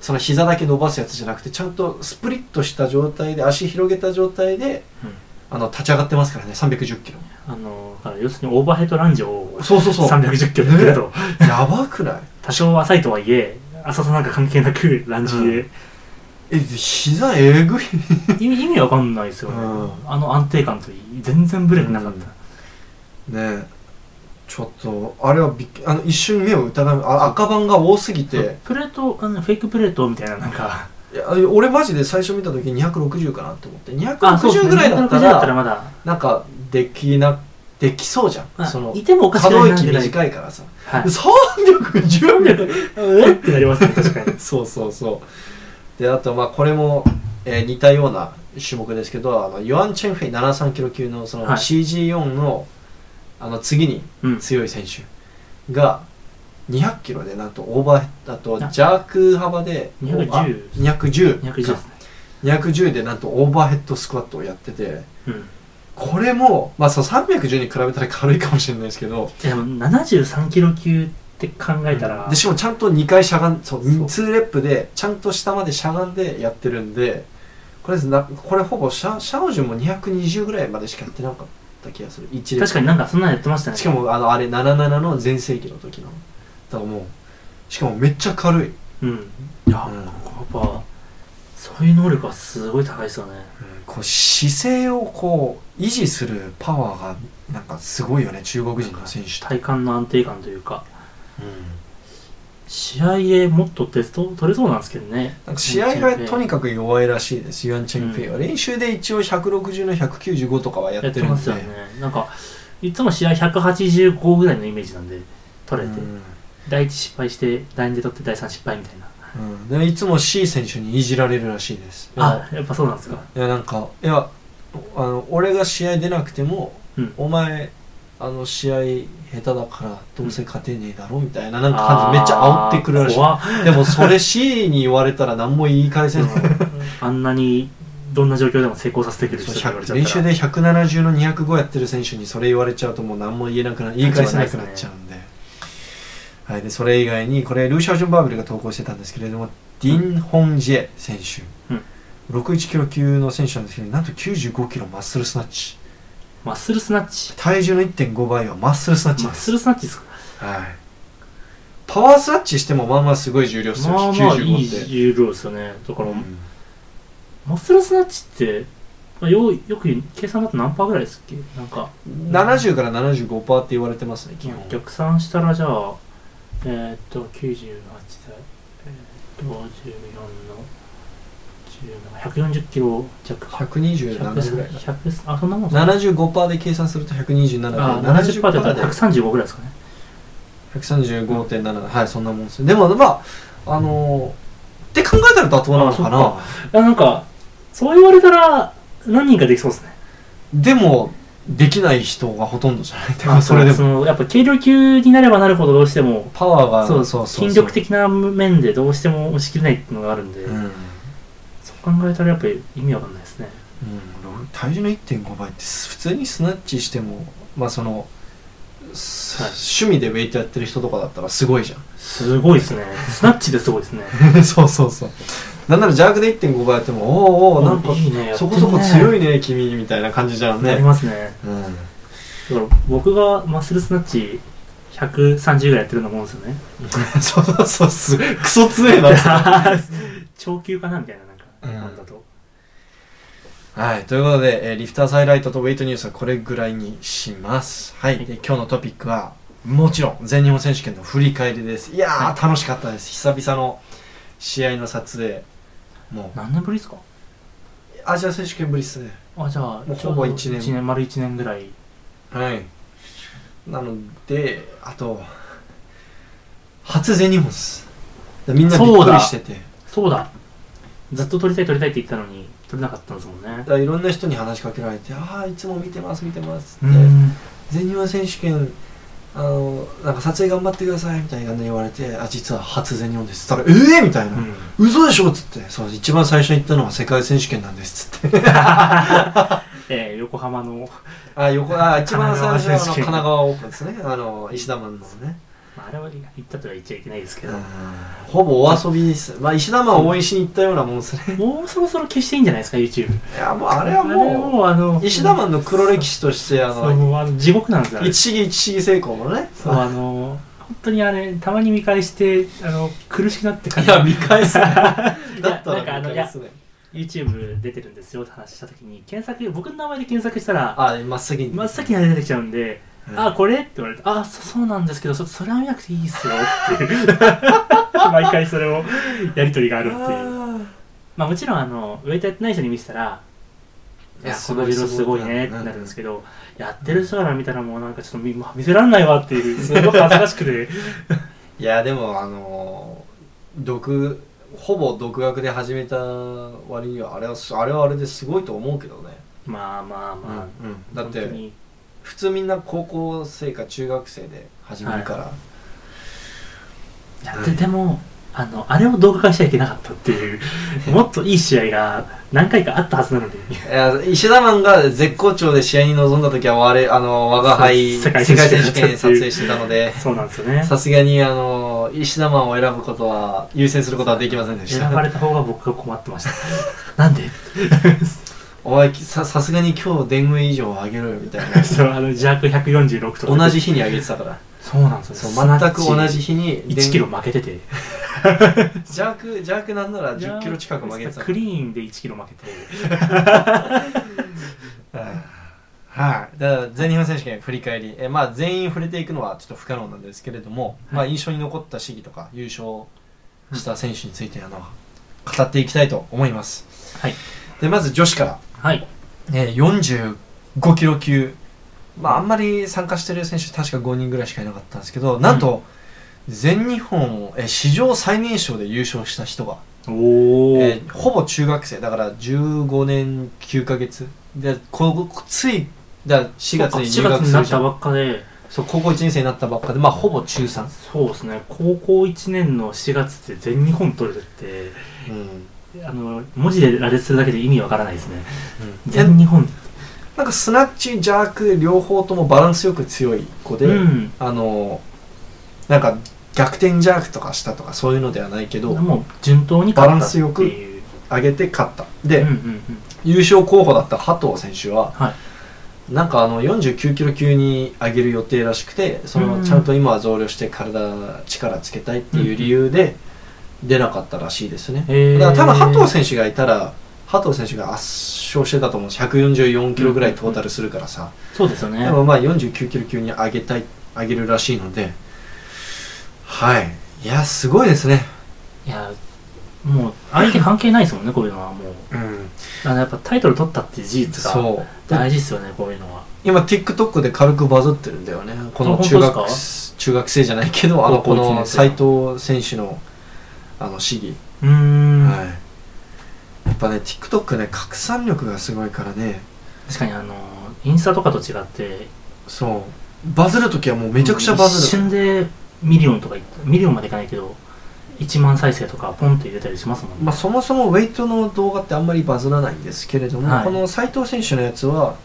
その膝だけ伸ばすやつじゃなくてちゃんとスプリットした状態で足広げた状態で、うんあの立ち上がってますからね310キロあのだから要するにオーバーヘッドランジをそうそうそう310キロってると、やばくない多少浅いとはいえ浅さなんか関係なくランジで、え膝えぐい意味意味わかんないですよね、うあの安定感といい全然ブレてなかった、うんねえちょっとあれはびっくあの一瞬目を疑うあ赤番が多すぎてプレートあのフェイクプレートみたいななんかいや俺マジで最初見た時260かなって思ってそうで260すねぐらいだった260だったららまだなんかできなできそうじゃん、まあそのいてもおかし可くな動いな域ぐらい短いからさはい310秒えってなりますね確かに そうそうそうであとまあこれも、えー似たような種目ですけどあのヨアン・チェンフェイ73キロ級のそのはい CG4 の,、あの次にうん強い選手が200キロでなんとオーバーヘッドあとあジャーク幅で210あ210 210ですね210でなんとオーバーヘッドスクワットをやっててうんこれも、まあ、その310に比べたら軽いかもしれないですけどでも73キロ級って考えたら、でしかもちゃんと2回しゃがんそうそう2レップでちゃんと下までしゃがんでやってるんでこれなこれほぼシャシャオジュンも220ぐらいまでしかやってなかった気がする1レップ確かになんかそんなのやってましたねしかもあのあれ77の全盛期の時のだからもうしかもめっちゃ軽い、うんいや、うんやっぱそういう能力はすごい高いですよねこう姿勢をこう維持するパワーがなんかすごいよね中国人の選手って、体幹の安定感というかうん試合でもっとテスト取れそうなんですけどねなんか試合がとにかく弱いらしいですユアン・チェン・フェイは、練習で一応160の195とかはややっってるてんでますよねなんかいつも試合185ぐらいのイメージなんで取れて、うん第1失敗して第2で取って第3失敗みたいなうんでいつも C 選手にいじられるらしいですあやっぱそうなんですかいやなんかいやあの俺が試合出なくても、うんお前あの試合下手だからどうせ勝てねえだろみたいななんか感じめっちゃ煽ってくるらしあー怖っいでもそれ C に言われたら何も言い返 せないあんなにどんな状況でも成功させてくる人そうって言われち100ゃったら練習で170の205やってる選手にそれ言われちゃうともう何も言えなくな言い返せなくなっちゃうんで,、はい、でそれ以外にこれルーシャージョン・バーベルが投稿してたんですけれども、ディン・ホンジェ選手、うん61キロ級の選手なんですけどなんと95キロマッスルスナッチマッスルスナッチ体重の1.5倍はマッスルスナッチマッです、スルスナッチですかはい、パワースナッチしてもまあまあすごい重量数、まあまあいい95って、重量ですよねだから、うんマッスルスナッチって、まあ、ようよく計算だと何パーぐらいですっけなんか70から75%って言われてますね基本逆算したらじゃあえーっと98でえーっと54の10の140キロ弱か127ぐらい100 100あそんなもんですか75%で計算すると127であ70パーだったらで135ぐらいですかね135.7はいそんなもんですねでもまああのー、って考えたら妥当なのかあなあなんかそう言われたら何人かできそうですね でもできない人がほとんどじゃないでも それでそものやっぱ軽量級になればなるほどどうしてもパワーがそう筋力的な面でどうしても押し切れないっていうのがあるんで、うん、うん、そう考えたらやっぱり意味わかんないですね体重の1.5倍って普通にスナッチしてもまあその、すはい趣味でウェイトやってる人とかだったらすごいじゃんすごいですねスナッチですごいですねそうそうそうなんなら邪悪で1.5倍やってもおーおーなんかいいねそこそこ強いいね君みたいな感じじゃんねあねりますねうんだから僕がマッスルスナッチ130ぐらいやってるのもんですよねそうそうそうすクソ強えな 超級かなみたいななんか、うんなんだとはいということで、えーリフターズハイライトとウェイトニュースはこれぐらいにしますはい、はいで今日のトピックはもちろん全日本選手権の振り返りですいやー、は楽しかったです久々の試合の撮影もう何年ぶりですかアジア選手権ぶりっすねあじゃあもうほぼ一年一年丸1年ぐらいはいなのであと初全日本っすだからみんなびっくりしててそうだずっと撮りたい撮りたいって言ってたのに撮れなかったんですもんねだからいろんな人に話しかけられて「ああいつも見てます見てます」って、うん全日本選手権あのなんか撮影頑張ってくださいみたいな感じで言われて「あ実は初全日本です」っつったら「ええみたいな「うん嘘でしょ」っつってそう一番最初に行ったのは世界選手権なんですっつってえー横浜の、 あ横あ一番最初はあの神神奈奈川オープンですねあの石田マンのね、まあ、あれは言ったとは言っちゃいけないですけうど、んほぼお遊びです、まあ、石田マンを応援しに行ったようなもんですねもうそろそろ消していいんじゃないですか YouTube いやもうあれはもあのう石田マンの黒歴史としてあそうのもうあの地獄なんですよあれ一試技一試技成功のねそうあの本当にあれたまに見返してあの苦しくなってかいやら見返すね いだやったなんからあの見返いやすね YouTube 出てるんですよって話した時に検索僕の名前で検索したらあ真っ先に真っ先にあれ出てきちゃうんで「うんあこれ?」って言われて「あそそうなんですけどそそれは見なくていいっすよ」 っていう毎回それをやり取りがあるっていうまあもちろんあのウェイトやってない人に見せたら「いいややこのビロすごいすね」ってごいなるんですけどやってる人から見たらもうなんかちょっと見もう見せらんないわっていうすごく恥ずかしくていやでもあのー独ほぼ独学で始めた割にはあれはすあれはあれですごいと思うけどね、まあまあまあ、うんだっ本当てに普通みんな高校生か中学生で始めるから、やってても、あのあれを動画化しちゃいけなかったっていうもっといい試合が何回かあったはずなのにいや石田マンが絶好調で試合に臨んだ時は我々あの我が輩 そう世界世選界選手権手権撮影してたのでそうなんですよねさすがにあの石田マンを選ぶことは優先することはできませんでし選ばたれた方が僕が困っ てましたなんで お前ささすがに今日電話以上は上げろよみたいなそうあの自白146とか同じ日に上げてたからそうなんですそよう全く同じ日 に1キロ負けててジャークジャークなんなら10キロ近く曲げてたクリーンで1キロ負けてはい、だから全日本選手権振り返り、えまあ、全員触れていくのはちょっと不可能なんですけれども、はいまあ、印象に残った試技とか優勝した選手についてあの語っていきたいと思います、はい、でまず女子から、はいえー45キロ級、まあ、あんまり参加してる選手確か5人ぐらいしかいなかったんですけどなんと、全日本を、えー史上最年少で優勝した人がおお、えーほぼ中学生だから15年9ヶ月でこついだ4月に入そう学か4月にすなるっじゃたんばっかでそう高校1年生になったばっかでまあほぼ中3、そうですね高校1年の4月って全日本取れるってうんあの文字で羅列するだけで意味わからないですねで全日本なんかスナッチジャーク両方ともバランスよく強い子で、うんあのなんか逆転ジャークとかしたとかそういうのではないけどもう順当に勝ったってバランいう上げて勝ったうで、んうんうん優勝候補だった加藤選手は、はなんかあの49キロ級に上げる予定らしくてそのうんちゃんと今は増量して体力つけたいっていう理由で出なかったらしいですね、へーだから多分加藤選手がいたら加藤選手が圧勝してたと思うし144キロぐらいトータルするからさ、そうですよねでもまあ49キロ級に上げたい上げるらしいのではいいやすごいですねいやもう相手関係ないですもんねこういうのはもううんあのやっぱタイトル取ったって事実がそう大事ですよねこういうのは今 TikTok で軽くバズってるんだよねこのあ本中当ですか学中学生じゃないけどあのこ高校一の年生斎藤選手のあの試技、うーん、はい、やっぱね TikTok ね拡散力がすごいからね確かにあのインスタとかと違ってそうバズるときはもうめちゃくちゃバ一ズる、瞬でミリオンとかいっミリオンまでいかないけど1万再生とかポンって入れたりしますもんね、まあ、そもそもウェイトの動画ってあんまりバズらないんですけれども、はいこの斎藤選手のやつは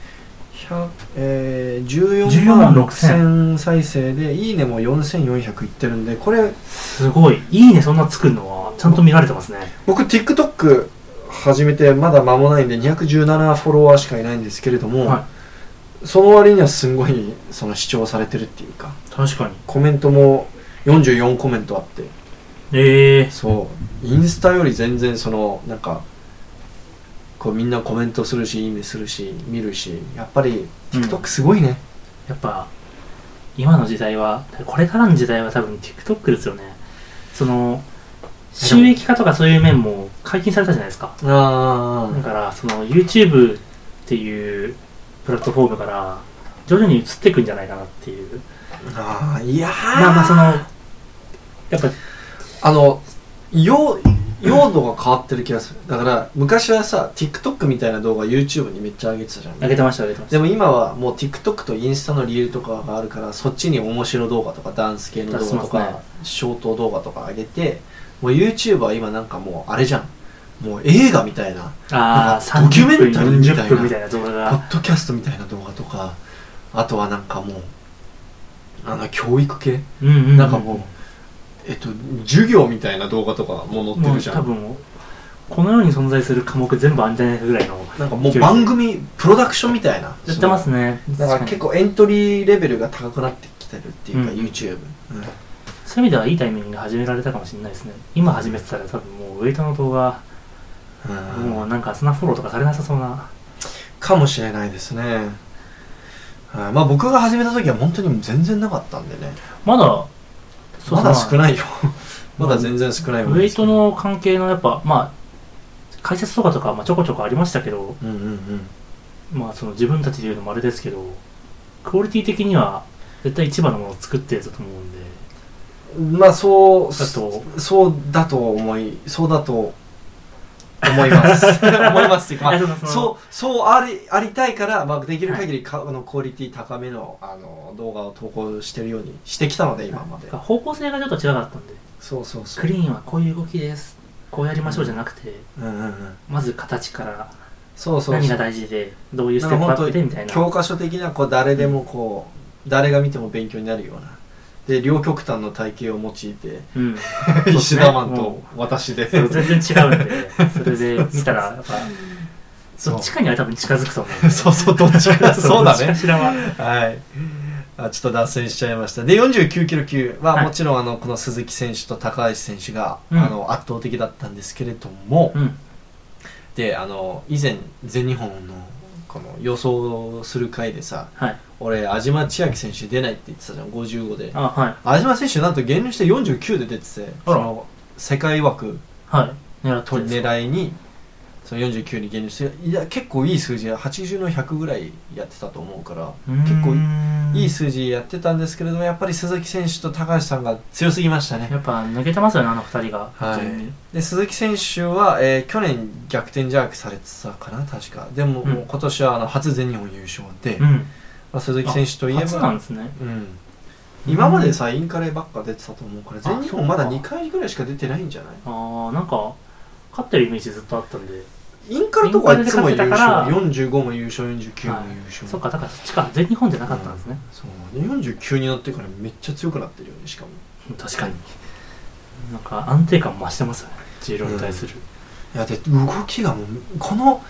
100えー14 14万万6000再生で「いいね」も4400いってるんでこれすごいいいねそんなつくのはちゃんと見られてますね僕 TikTok 始めてまだ間もないんで217フォロワーしかいないんですけれども、はいその割にはすんごいその視聴されてるっていうか確かにコメントも44コメントあってええそうインスタより全然そのなんかこうみんなコメントするしいいねするし見るしやっぱり TikTok すごいね、やっぱ今の時代はこれからの時代は多分 TikTok ですよねその収益化とかそういう面も解禁されたじゃないですかあだからその YouTube っていうプラットフォームから徐々に移っていくんじゃないかなっていうああいやーまあまあそのやっぱあの用用途が変わってる気がするだから昔はさ TikTok みたいな動画 YouTube にめっちゃ上げてたじゃん上げてました上げてましたでも今はもう TikTok とインスタの理由とかがあるからそっちに面白動画とかダンス系の動画と出しますかショート動画とか上げてもう YouTube は今なんかもうあれじゃんもう映画みたいなああなんかドキュメ30ンタリー分みたいな40分みたいな動画ポがッドキャストみたいな動画とかあとはなんかもうあの教育系、うんうんうんなんかもうえっと授業みたいな動画とかも載ってもうるじゃ多ん分この世に存在する科目全部あんじゃないかぐらいのなんかもう番組プロダクションみたいなやってますねだから結構エントリーレベルが高くなってきてるっていうか、うん YouTube、うんそういう意味ではいいタイミングで始められたかもしれないですね今始めてたら多分もうウェイトの動画、もうなんかそんなフォローとかされなさそうなかもしれないですねはいまあ僕が始めた時は本当に全然なかったんでねまだまだ少いないよまだ全然少ないウェイトの関係のやっぱまあ解説とかとかまあちょこちょこありましたけどうんうんうんまあその自分たちで言うのもあれですけどクオリティ的には絶対一番のものを作ってると思うんでまあそうだとそうだと思いそうだと思い ます思いますっていうか、まいやそのあ、そのそうそうありありたいから、まあ、できる限りか、あのクオリティ高めのあの動画を投稿してるようにしてきたので今まで方向性がちょっと違かったんでそうそうそうクリーンはこういう動きですこうやりましょうじゃなくて、うんうんうんまず形からそうそうそう何が大事でどういうステップアップでみたいな教科書的なこう誰でもこう誰が見ても勉強になるようなで両極端の体型を用い てうん、石田マンとも私でう全然違うん でそれで見たらやっぱそどうっちかには多分近づくと思うん でそうそうどっち かそうだどっちかねしらははいあちょっと脱線しちゃいましたで49キロ級ははいもちろんあのこの鈴木選手と高橋選手が、うんあの圧倒的だったんですけれども、うんであの以前全日本のこの予想する回でさはい俺安嶋千秋選手出ないって言ってたじゃん55であはい安嶋選手なんと減量して49で出ててそあらの世界枠はい狙ってとるんですか狙いにその49に減量していや結構いい数字80の100ぐらいやってたと思うから結構うーんいい数字やってたんですけれどもやっぱり鈴木選手と高橋さんが強すぎましたねやっぱ抜けてますよねあの二人がは普通にい、で鈴木選手は、えー去年逆転ジャークされてたかな確かでも,、うんもう今年はあの初全日本優勝で、うまんあ、鈴木選手といえ初なば、んですねうん、今までさインカレばっか出てたと思うから全日そう本かまだ2回ぐらいしか出てないんじゃないああなんか勝ってるイメージずっとあったんでインカレとかはいつも優インカレで勝勝ってたから45も優勝49も優勝、そっかだからそっちか全日本じゃなかったんですね、そうで49になってからめっちゃ強くなってるよねしかも確かになんか安定感増してますよね重量に対する、いやで動きがもうこの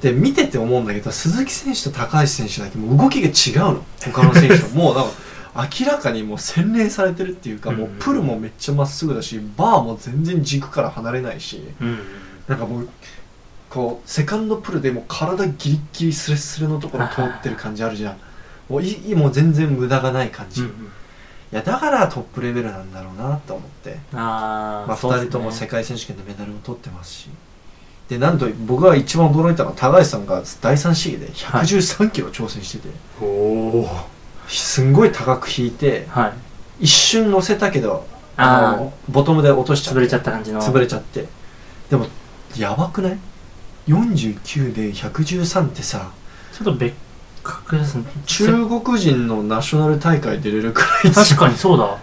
で見てて思うんだけど鈴木選手と高橋選手だけもう動きが違うの他の選手 ともうだから明らかにもう洗練されてるっていうかもうプルもめっちゃまっすぐだしバーも全然軸から離れないしうんなんかもうこうセカンドプルでもう体ギリギリスレスレのところ通ってる感じあるじゃんもういいもう全然無駄がない感じ、うんういんやだからトップレベルなんだろうなと思ってあーまあ、そうっ2す人とも世ね界選手権でメダルを取ってますしでなんと僕が一番驚いたのは高橋さんが第3試技で113キロ挑戦してて、おおーすんごい高く引いてはい一瞬乗せたけどあーのボトムで落としちゃっ潰てれちゃった感じの潰れちゃってでもやばくない ?49 で113ってさちょっと別格ですね中国人のナショナル大会出れるくらい確かにそうだ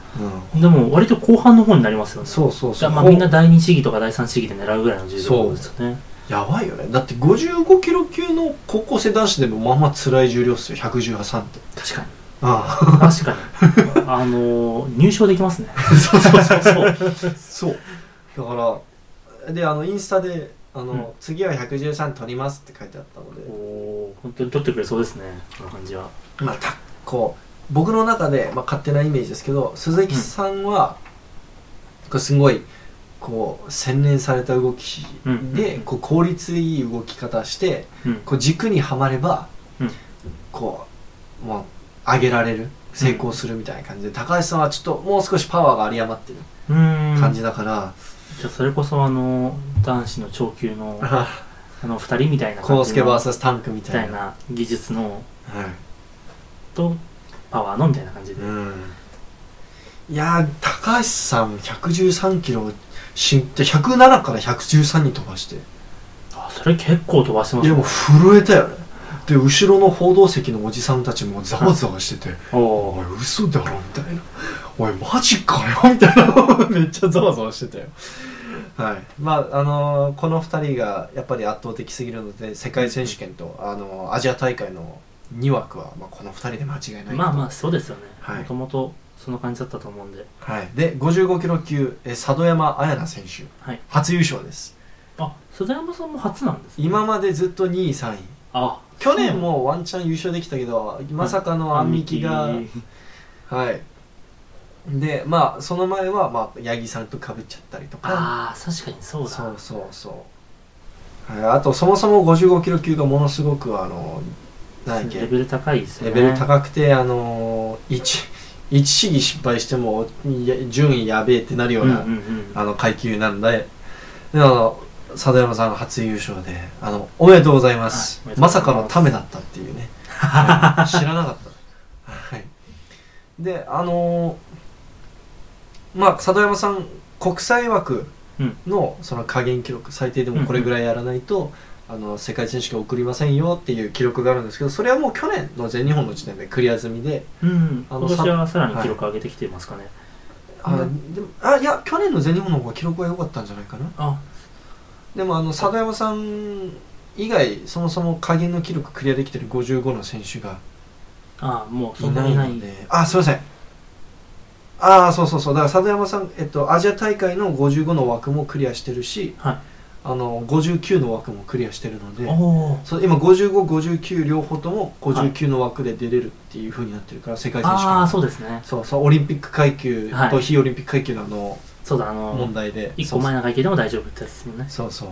うん、でも割と後半の方になりますよねそうそうじそゃあうまあみんな第二試技とか第三試技で狙うぐらいの重量ですよねやばいよねだって55キロ級の高校生男子でもまあまあ辛い重量っすよ113って確 かにあ確かにあのー入賞できますねあそうそうそう そうそうだからであのインスタであの、うん次は113取ります」って書いてあったので お本当に撮ってくれそうですねこの感じはまあ、たこう僕の中で、まあ、勝手なイメージですけど鈴木さんは、こうすごいこう洗練された動きうんで、こう効率いい動き方してうんこう軸にはまれば、うんこうもう上げられる成功するみたいな感じで、高橋さんはちょっともう少しパワーが有り余ってるうーん感じだから、じゃあそれこそあの男子の超級のあの二人みたいなコ感ウじスのケ VS タンクみみたたいいな。な技術のはいとパワーのみたいな感じで、いやー高橋さん113キロをしん107から113に飛ばしてあそれ結構飛ばしてまいすやねもう震えたよねで後ろの報道席のおじさんたちもざわざわしててお「おおい嘘だろ」みたいな「おいマジかよ」みたいな めっちゃざわざわしてたよはいまああのーこの2人がやっぱり圧倒的すぎるので世界選手権と、あのーアジア大会の2枠は、まあ、この2人で間違いないまあまあそうですよねはいもともとその感じだったと思うんではい、で55キロ級え佐渡山綾菜選手、はい初優勝ですあ袖山さんも初なんですね今までずっと2位3位あ去年もワンチャン優勝できたけどまさかのアンミキがアンミキはいでまあその前は、まあ、八木さんとかぶっちゃったりとかああ確かにそうだそうそうそうはいあとそもそも55キロ級がものすごくあの何レやっベル高いですけよレねベル高くてあの一一試技失敗してもいや順位やべえってなるような、うんうんうんあの階級なんで、であの佐渡山さんが初優勝で、あのおめでとうございます。はいおめでとうまごさざいますかのためだったっていう ね、はい知らなかった。はい。で、あのーまあ佐渡山さん国際枠のその加減記録最低でもこれぐらいやらないと。あの世界選手権送りませんよっていう記録があるんですけどそれはもう去年の全日本の時点でクリア済みでうん、あ今の年はさらに記録上げてきてますかね、あ,、うでもあいや去年の全日本の方が記録が良かったんじゃないかなあでもあの佐渡山さん以外そもそも加減の記録クリアできてる55の選手があもうそいんなないにないのであすいませんああそうそうそうだから佐渡山さん、えっと、アジア大会の55の枠もクリアしてるしはいあの59の枠もクリアしてるのでおーそう今5559両方とも59の枠で出れるっていうふうになってるから世界選手ああ権そうですねそうそうオリンピック階級はいと非オリンピック階級のあのそうだあの問題で、一個前の会計でも大丈夫ってやつですもんねそうそ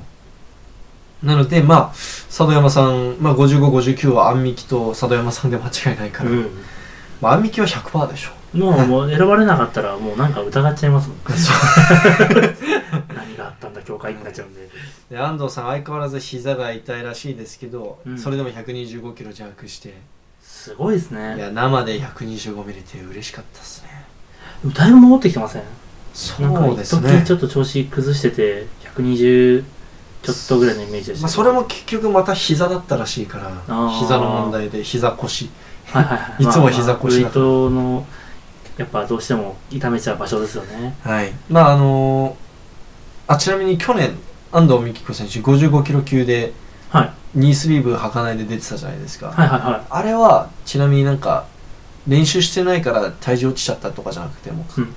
うなのでまあ佐渡山さん、まあ、5559はアンミキと佐渡山さんで間違いないから、まあ、アンミキは100%でしょ うんもうもう選ばれなかったらもうなんか疑っちゃいますもん何があったんだ教会になっちゃうんでで安藤さん相変わらず膝が痛いらしいですけど、うんそれでも125キロ弱してすごいですいねや生で125見れて嬉しかったですねだいぶ戻ってきてませんそなんかうで一す時ねちょっと調子崩してて120ちょっとぐらいのイメージでしたまあ、それも結局また膝だったらしいからあー膝の問題で膝腰はいはいは いいつも膝腰だまあまあウエイトのやっぱどうしても痛めちゃう場所ですよねはい、まああのーあちなみに去年安藤美希子選手55キロ級ではいニースリーブ履かないで出てたじゃないですか、はいはいはあれはちなみになんか練習してないから体重落ちちゃったとかじゃなくてもうんう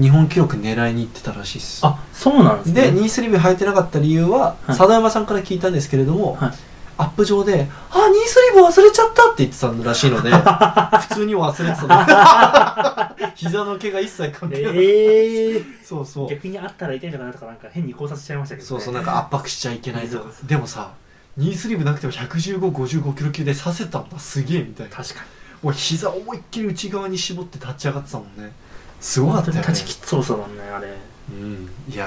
日本記録狙いに行ってたらしいですあそうなんですねでニースリーブ履いてなかった理由は、はい佐田山さんから聞いたんですけれども、はいアップ上で「あニースリーブ忘れちゃった」って言ってたらしい ので普通に忘れてたの膝の怪我一切関係ない、ええそうそう逆にあったら痛いのかなとかなんか変に考察しちゃいましたけど、ね、そうそうなんか圧迫しちゃいけないとかそうそでもさニースリーブなくても11555キロ級で刺せたんだすげえみたいな確かもう膝思いっきり内側に絞って立ち上がってたもんねすごかっにたよね立ちきっそうそうだもんねあれうんいや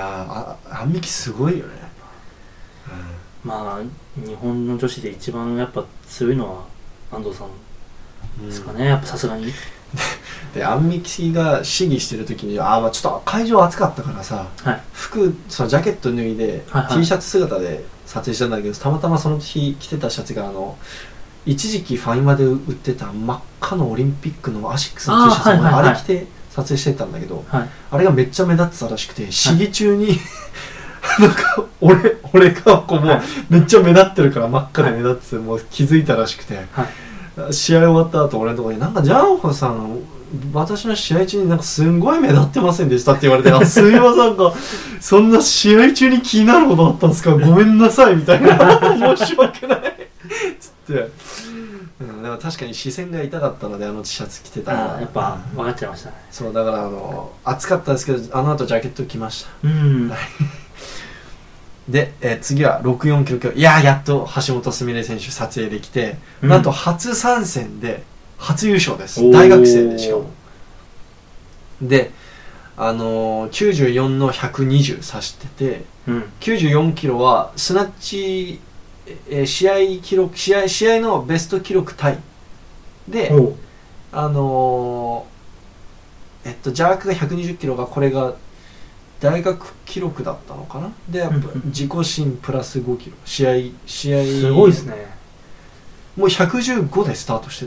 ーああんみきすごいよね、まあ日本の女子で一番やっぱ強いのは安藤さんうんですかね、やっぱさすがにであんみきが試技してる時にあーまあちょっと会場暑かったからさはい服そのジャケット脱いで、はいはい T シャツ姿で撮影したんだけどたまたまその日着てたシャツがあの一時期ファイマで売ってた真っ赤のオリンピックのアシックスの T シャツあーはいはいはいあれ着て撮影してたんだけどはいあれがめっちゃ目立ってたらしくて試技中に、 なんか俺俺がこうもうめっちゃ目立ってるから真っ赤で目立っててもう気づいたらしくて、試合終わった後俺のところに「なんかジャンホさん私の試合中になんかすんごい目立ってませんでした」って言われて「あすいませんなん かそんな試合中に 気になることあったんですかごめんなさい」みたいな「申し訳ない」っつって確かに視線が痛かったのであの T シャツ着てたあらあやっぱ分かっちゃいましたねそうだからあの暑かったですけどあの後ジャケット着ましたうんで、えー次は64キロ級いやーやっと橋本すみれ選手撮影できて、うんなんと初参戦で初優勝ですおー大学生でしかもであのー、94の120指しててうん94キロはスナッチ、えー試合記録試合試合のベスト記録タイで、おうあのーえっと邪悪が120キロがこれが大学記録だったのかなでやっぱうんうん自己新プラス5キロ試合試合すごいですねもう115でスタートして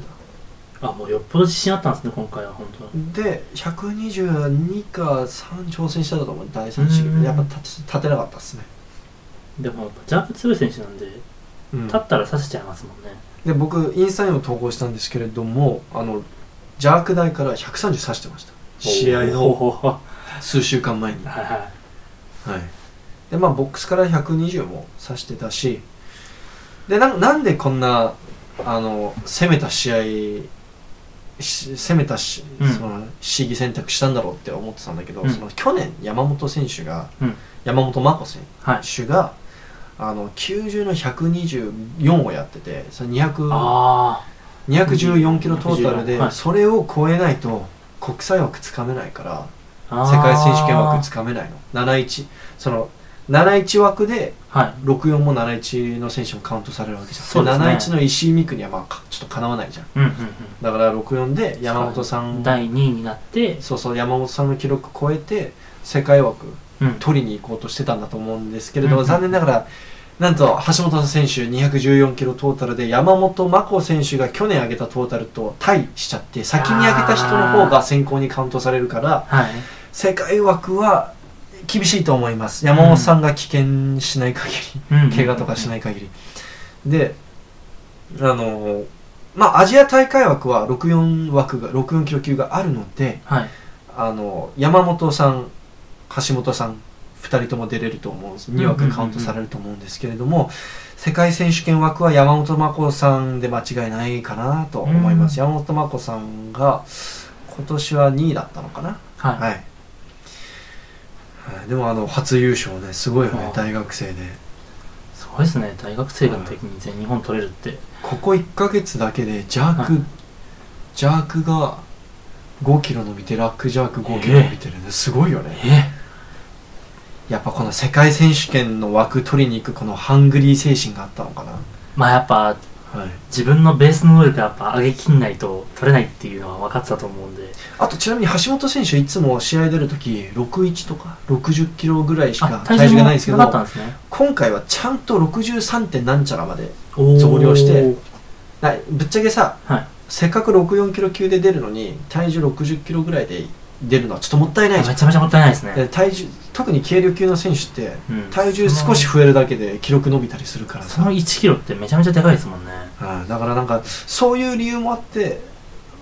たあもうよっぽど自信あったんですね今回は本当にで122か3挑戦してたと思う第3試うん技やっぱ立立てなかったっすね、でもやっぱジャンプ強い選手なんでうん立ったら刺しちゃいますもんねで僕インスタにも投稿したんですけれどもあの邪悪大から130指してました試合ほうのほうほうは数週間前にいははい、でまあボックスから120も指してたしでなんなんでこんなあの攻めた試合し攻めたし、うんその試技選択したんだろうって思ってたんだけど、うんその去年山本選手が、うん山本真子選はい手があの90の124をやっててその200あ214キロトータルで、はいそれを超えないと国際枠つかめないからーあー世界選手権枠つかめないの71その71枠ではい64も71の選手もカウントされるわけじゃんそうですね71の石井美空にはまあかちょっとかなわないじゃんうんうんうんだから64で山本さん第2位になってそうそう山本さんの記録超えて世界枠うん取りに行こうとしてたんだと思うんですけれど、うん残念ながらなんと橋本選手214キロトータルで山本真子選手が去年上げたトータルとタイしちゃって先に上げた人の方が先行にカウントされるからはい世界枠は厳しいと思います山本さんが棄権しない限り、うん怪我とかしない限り、であのーまあアジア大会枠は64枠が64キロ級があるのではいあのー山本さん橋本さん2人とも出れると思うんです2枠カウントされると思うんですけれども、世界選手権枠は山本真子さんで間違いないかなと思います、山本真子さんが今年は2位だったのかなはいはい、はい、でもあの初優勝ねすごいよねあ大学生ですごいですね大学生の時に全日本取れるってここ1ヶ月だけでジャーク、はジャークが5キロ伸びてラックジャーク5キロ伸びてるね、すごいよねえやっぱこの世界選手権の枠取りに行くこのハングリー精神があったのかなまあやっぱはい自分のベースの能力やっぱ上げきんないと取れないっていうのは分かってたと思うんであとちなみに橋本選手いつも試合出るとき61とか60キロぐらいしかあ体重がないんですけなかったんどですね今回はちゃんと 63. 点なんちゃらまでおー増量してなぶっちゃけさはいせっかく64キロ級で出るのに体重60キロぐらいで出るのはちょっともったいないじゃめちゃめちゃもったいないですんねで体重特に軽量級の選手ってうん体重少し増えるだけで記録伸びたりするからそさの1キロってめちゃめちゃでかいですもんねうんだからなんかそういう理由もあって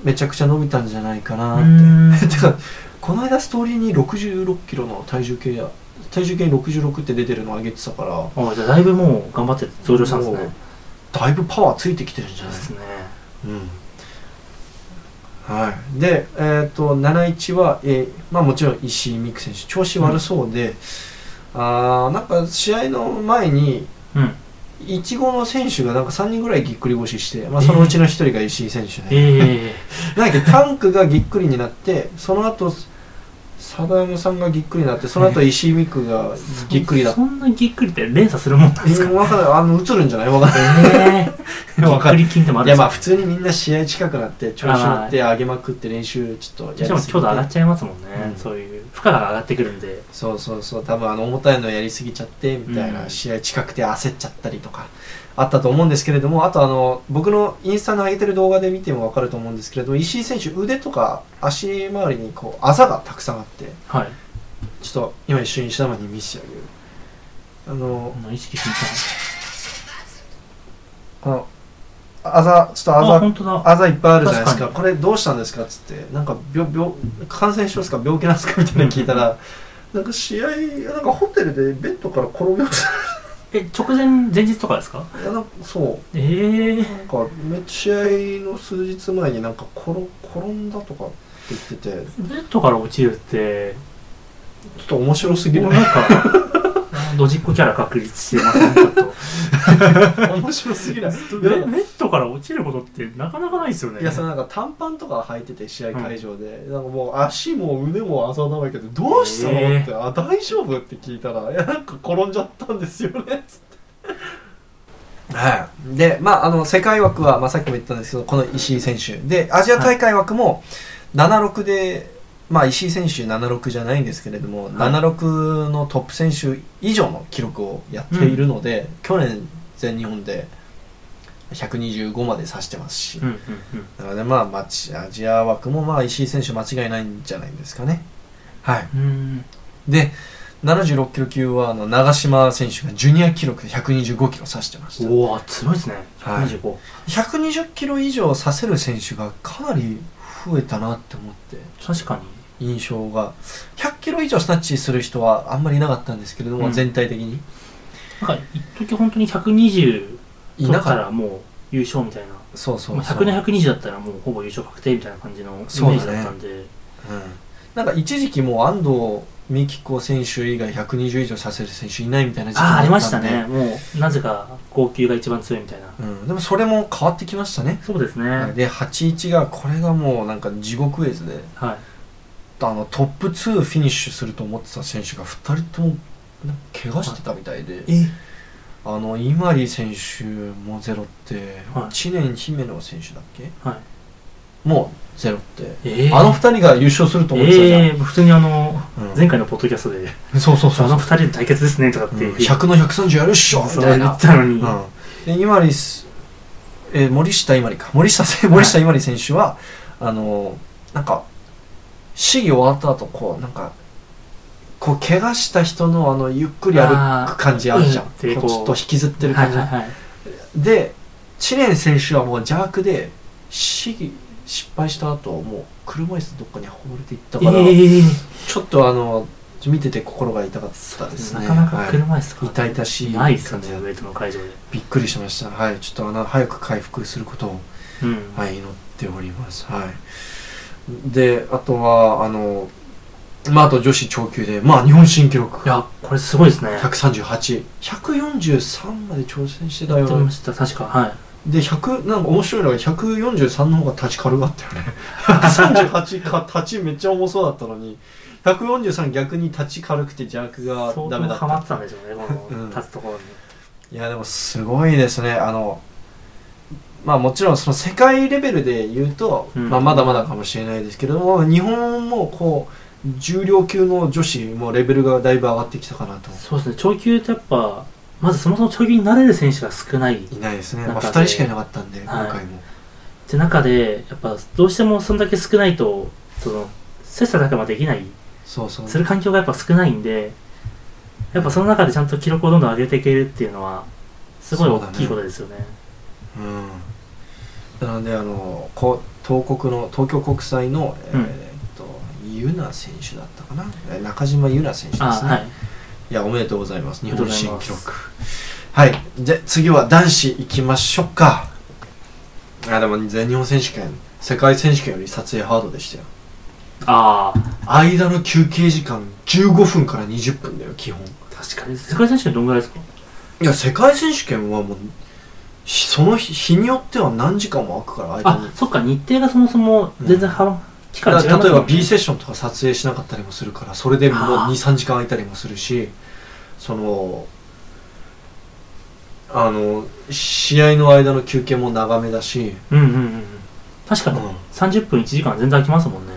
めちゃくちゃ伸びたんじゃないかうなっーんててかこの間ストーリーに66キロの体重計や体重計に66って出てるの上げてたからおじゃあだいぶもう頑張って増量したんですもうねだいぶパワーついてきてるんじゃでないすねうんはい、で、えー、と71は、えーまあ、もちろん石井美空選手調子悪そうで、あーなんか試合の前にうんいちごの選手がなんか3人ぐらいぎっくり腰して、まあ、そのうちの1人が石井選手で、ええなんだっけタンクがぎっくりになってその後サダムさんがぎっくりになってその後石井美空がぎっくりだっそんなぎっくりって連鎖するもんなんえですかー、わかんないあの映るんじゃないわかんないええぎわっかくるり筋ってもあいるやんですまあか普通にみんな試合近くなって調子乗って上げまくって練習ちょっとやりでもすぎ強度上がってちゃいますもんね、うんそういう負荷が上がってくるんでそうそうそう多分あの重たいのやりすぎちゃってみたいな、うん試合近くて焦っちゃったりとかあったと思うんですけれどもあとあの僕のインスタの上げてる動画で見ても分かると思うんですけれど石井選手腕とか足周りにこうあざがたくさんあってはいちょっと今一瞬石玉に見せてあげるあのこんな意識しないこのあざちょっとあざあ本当だあざいっぱいあるじゃないですか確これどうしたんですかっつってなんか病病感染症ですか病気なんですかみたいなの聞いたらなんか試合なんかホテルでベッドから転げ落ちえ直前前日とかですかいやなんかそうええー、なんかめっちゃ試合の数日前になんか転転んだとかって言っててちょベッドから落ちるってっと面白すぎもるうなんかドジっ子キャラ確立してますねちょっと面白すぎ ないベいベッドから落ちることってなかなかないですよねやそのなんか短パンとか履いてて試合会場で、なんかもう足も腕もあざだらけでどうしたのって、えーあ大丈夫って聞いたらいやなんか転んじゃったんですよねつってはい、で、まあ、あの世界枠は、まあ、さっきも言ったんですけどこの石井選手でアジア大会枠も76で、まあ、石井選手76じゃないんですけれども、はい76のトップ選手以上の記録をやっているので、去年全日本で125まで指してますし、うんうんうんなのでまあまちアジア枠もまあ石井選手間違いないんじゃないですかね。はい、うんで76キロ級はあの長嶋選手がジュニア記録で125キロ指してましたおおすごいですねはい25、 120キロ以上指せる選手がかなり増えたなって思って確かに印象が100キロ以上スナッチする人はあんまりいなかったんですけれども、うん全体的になんか一時本当に120い取なっかたったらもう優勝みたいなそうそうまあそう100年120だったらもうほぼ優勝確定みたいな感じのイメそうーだジねだったんで、うんなんか一時期もう安藤美希子選手以外120以上させる選手いないみたいな時期ああありもまっしたたんでねもうなぜか号泣が一番強いみたいなうん、でもそれも変わってきましたねそうですねはい、で81がこれがもうなんか地獄絵図であのトップ2フィニッシュすると思ってた選手が2人ともなんか怪我してたみたいで、えあのイマリ選手もゼロって、はい知念姫野選手だっけはいもうゼロって、えー、あの2人が優勝すると思ってたじゃん、えー、普通にあの、うん前回のポッドキャストでそうそうそあうの二人で対決ですねとかっうんて、 100の130やるっしょみそうたい言なっ、たのうに、ん、でイマリス、えー森下イマリか森下せ森下イマリ選手は、あのーなんか試技終わった後こうなんかこう怪我した人のあのゆっくり歩く感じあるじゃんあーうんこうちょっと引きずってるは感いじ、はいはいで知念選手はもう邪悪で試技失敗した後もう車椅子どっかに運ばれていったから、えちょっとあの見てて心が痛かったですー、ねなかなかはい車椅子とか痛々しいないですよね感じウでェイトの会場でびっくりしましたはいちょっとあの早く回復することをうん、はい、祈っております。はい。で、あとは、あの、まあ、あと女子超級で、まあ、日本新記録。いやこれすごいですねやっ138。143まで挑戦してたよてまね。した確かはいで、100、なんか面白いのが143の方が立ち軽かったよね。138か、立ちめっちゃ重そうだったのに、143逆に立ち軽くて邪悪が相ダメ当だっハマたっ。てたんでしょうねこうんの立つところに、いやでもすごいですねあのまあもちろんその世界レベルで言うと、うんまあ、まだまだかもしれないですけれども日本もこう重量級の女子もレベルがだいぶ上がってきたかなとそうですね長級ってやっぱまずそもそも長級になれる選手が少ないっいないですね、なんまあ、か2ね人しかいなかったんで、はい今回もて中でやっぱどうしてもそんだけ少ないとその切磋琢磨できないそうそうする環境がやっぱ少ないんでやっぱその中でちゃんと記録をどんどん上げていけるっていうのはすごい大きいことですよねうんなのであのこう東国の東京国際の、えーうんえっとユナ選手だったかなえー中島ユナ選手であすね、はいいや、おめでとうございます。日おめでとう本ござい新ます記録。はい。じゃ、次は男子行きましょうか。あ、でも全日本選手権、世界選手権より撮影ハードでしたよ。ああ間の休憩時間15分から20分だよ、基本。確かに世界選手権どんぐらいですかいや、世界選手権はもう、しその日日によっては何時間も空くから、間にあ。そっか日程がそもそも全然は、期間違いだまから例すえもばんね B セッションとか撮影しなかったりもするからそれでもうあー23時間空いたりもするしそのあの試合の間の休憩も長めだし、うんうんうんうん確かに、うん30分1時間全然空きますもんね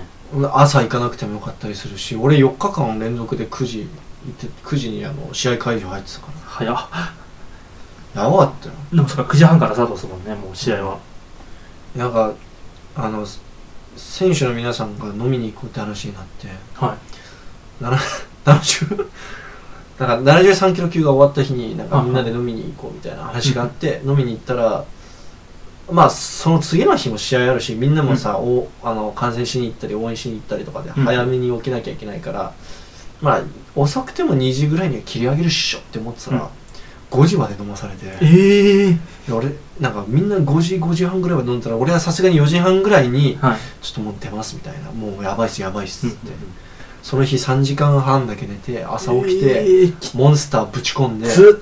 朝行かなくてもよかったりするし俺4日間連続で9時行って9時にあの試合会場入ってたか早っらやばかったよでもそっか9時半からスタートですもんねもう試合は、なんかあの選手の皆さんが飲みに行こうって話になってはい 70なんか73キロ級が終わった日になんかみんなで飲みに行こうみたいな話があって飲みに行ったらまあその次の日も試合あるしみんなもさ、おあの観戦しに行ったり応援しに行ったりとかでうん早めに起きなきゃいけないから、まあ遅くても2時ぐらいには切り上げるっしょって思ってたら、 5時まで飲まされていええや俺なんかみんな5時5時半ぐらいは飲んだら俺はさすがに4時半ぐらいにはいちょっともう出ますみたいなもうやばいっすやばいっすって、その日3時間半だけ寝て朝起きて、えーきモンスターぶち込んでつ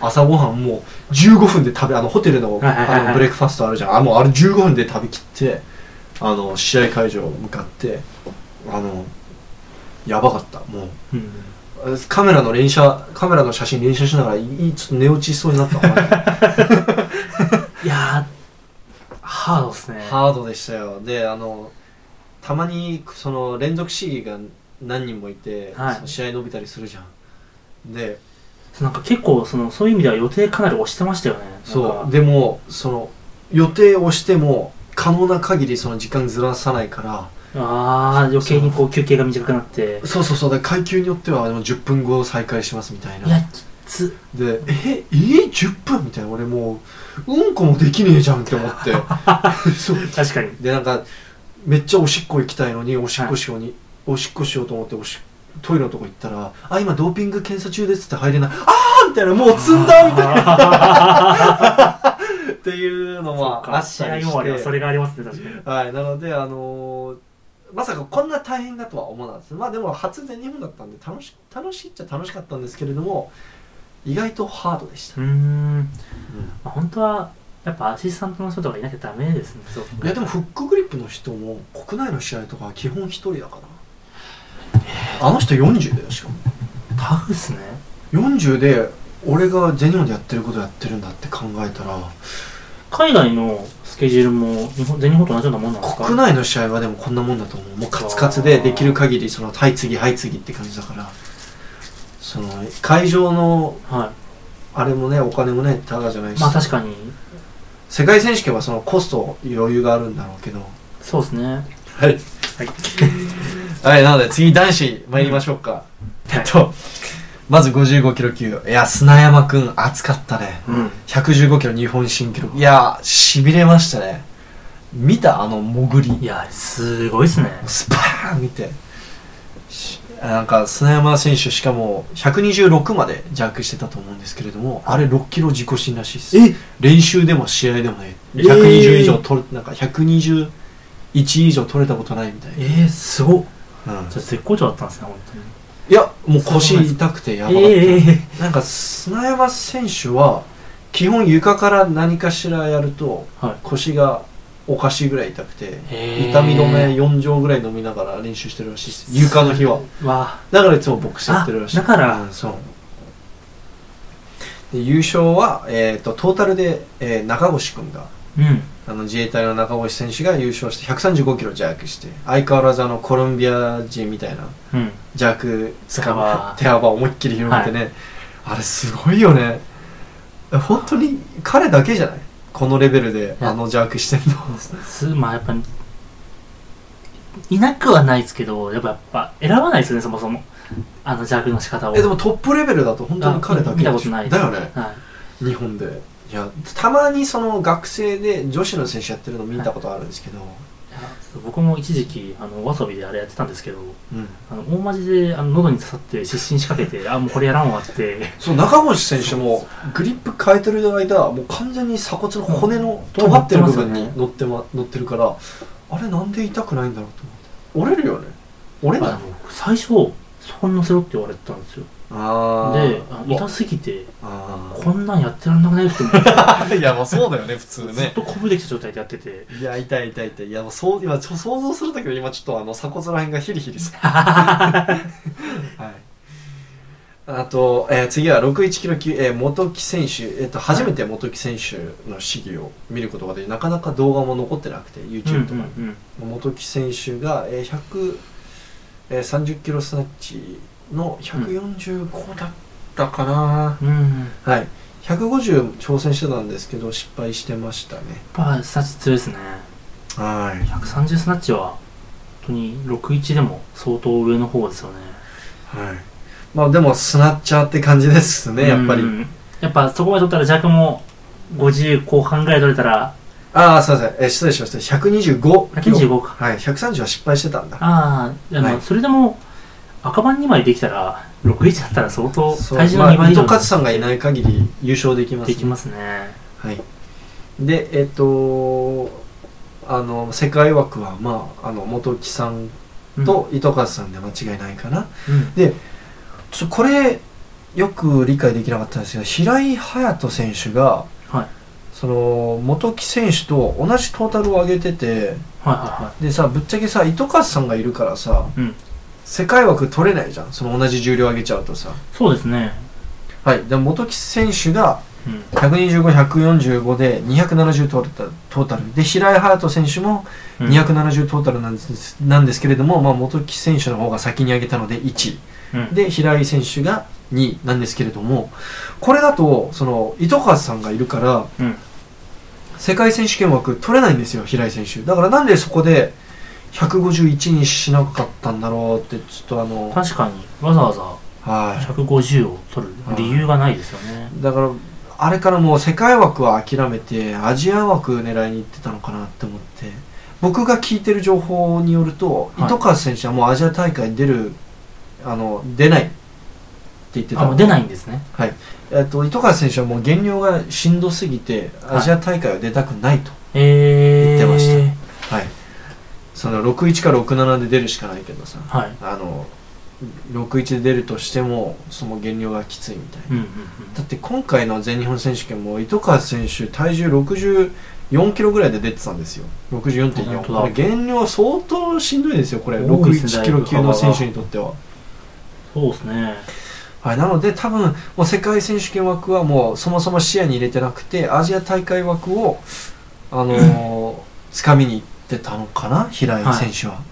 朝ごはんもう15分で食べあのホテルのはいはいはいはいあのブレックファストあるじゃんあもうあれ15分で食べきってあの試合会場向かってあのやばかったもうっカメラの連写カメラの写真連写しながらいいちょっと寝落ちしそうになった いやーハードっすねハードでしたよであのたまにその連続試技が何人もいて、はいその試合伸びたりするじゃんでなんか結構そのそういう意味では予定かなり押してましたよねなそんうかでもその予定をしても可能な限りその時間ずらさないからああ余計にこう休憩が短くなってそうそうそうだから階級によってはあの10分後再開しますみたいいやなきつでええ10分みたいな俺もううんこもできねえじゃんって思っ てそう確かにでなんかめっちゃおしっこ行きたいのにおしっこしように、おしっこしようと思っておしトイレのとこ行ったら「あ今ドーピング検査中です」って入れない「ああ!」みたいな「もう積んだ!」みたいな っていうのそうはかあっ試た合り終しわりはてそれがありますね確かにはい、なので、あのーまさかこんな大変だとは思わなかったですまあでも初全日本だったんで楽し楽しいっちゃ楽しかったんですけれども意外とハードでした、うーん、まあ、本当はやっぱアシスタントの人とかいなきゃダメですねそういやでもフックグリップの人も国内の試合とかは基本1人だからあの人40だよしかもタフっすね40で俺が全日本でやってることやってるんだって考えたら海外のスケジュールも日本全日本と同じようなもんなんですか国内の試合はでもこんなもんだと思うもうカツカツでできる限りそのはい次はい次って感じだからその会場のはあれもねお金もねただじゃないいし、まあ確かに世界選手権はそのコスト余裕があるんだろうけどそうですねはいはいはいなので次男子参りましょうか、えっとまず55キロ級いや砂山くん熱かったねうん115キロ日本新記録いやしびれましたね見たあの潜りいやすごいっすねスパーン見てしなんか砂山選手しかも126まで弱してたと思うんですけれどもあれ6キロ自己新らしいですえ練習でも試合でもねえー120以上取れ、なんか121以上取れたことないみたいな、えー、すごっうんじゃあ絶好調だったんですね本いやもう腰痛くてや当ばかにった、ええー、なんか砂山選手は基本床から何かしらやるとはい腰がおかしいぐらい痛くてへー痛み止め4錠ぐらい飲みながら練習してるらしいです床の日はわだからいつもボックスやってるらしいあだからうんそうで優勝は、えー、とトータルで、えー中越君がうんあの自衛隊の中越選手が優勝して135キロ弱して相変わらずあのコロンビア人みたいなうん弱手掴幅む手幅を思いっきり広げてね、あれすごいよね本当に彼だけじゃないこのレベルであの弱してんのすまあやっぱいなくはないですけどやっぱやっぱ選ばないですよねそもそもあの邪悪の仕方をえでもトップレベルだと本当に彼だけでしょあ見たことないだよねは日本でいやたまにその学生で女子の選手やってるの見たことあるんですけど、いいやちょっと僕も一時期あのお遊びであれやってたんですけどうん、あの大マジであの喉に刺さって失神しかけてあもうこれやらんわってそう中越選手もグリップ変えてる間もう完全に鎖骨の骨の尖ってる部分に乗って,、ま乗ってるからあれなんで痛くないんだろうと思って折れるよね折れないあの最初そこに乗せろって言われてたんですよでああの痛すぎてあこんなんやってらんなくないって思ってあいやもうそう だよね普通ずっとこぶできた状態でやってていや痛い痛い痛いいやもうそう今ちょ想像するだけで今ちょっとあの鎖骨らへんがヒリヒリ するはいあと、えー次は61キロ級、えー元木選手、えー、と初めて元木選手の試技を見ることができなかなか動画も残ってなくて YouTube とかに、うんうんうん元木選手が、えー、130キロスナッチの145だったかな、うんやっはい150挑戦してたんですけど失敗してましたねぱスナッチ強いですねはい130スナッチは本当に61でも相当上の方ですよねはい、まあでもスナッチャーって感じですねやっぱり、うんやっぱそこまで取ったら弱も50後半ぐらい取れたらああすいません、えー失礼しました125キロ125かはい130は失敗してたんだああでもはいそれでも赤番2枚できたら61だったら相当そう体重のまあ2倍以糸上勝さんがいない限り優勝できますでねきますねはい、でえっとあの世界枠はまああの元木さんうんと糸数さんで間違いないかな、うんでちょっとこれよく理解できなかったんですが平井隼人選手がはいその元木選手と同じトータルを上げててはいはいはでさぶっちゃけさ糸数さんがいるからさいうん世界枠取れないじゃんその同じ重量上げちゃうとさそうですねはいで元木選手がうん125145で270トータルトータルで平井隼人選手もうん270トータルなんです,、なんですけれども、まあ、元木選手の方が先に上げたので1うん位で平井選手が2位なんですけれどもこれだとその糸数さんがいるからうん世界選手権枠取れないんですよ平井選手だからなんでそこで151にしなかったんだろうってちょっとあの確かにわざわはざ150を取る理由がないですよねいだからあれからもう世界枠は諦めてアジア枠狙いに行ってたのかなって思って僕が聞いてる情報によると、はい糸川選手はもうアジア大会に出るあの出ないって言ってたあもう出ないんですねえっと、糸川選手はもう減量がしんどすぎてアジア大会は出たくないと、言えー、ってましはいその61か67で出るしかないけどさはいあの61で出るとしてもその減量がきついみたいな、うんうんだって今回の全日本選手権も糸川選手体重64キロぐらいで出てたんですよ本当64.4だこれ減量相当しんどいですよこれ多いですね61キロ級の選手にとっては、うんそうですねはい、なので多分もう世界選手権枠はもうそもそも視野に入れてなくてアジア大会枠をあのつかみに行ってたのかな平井選手は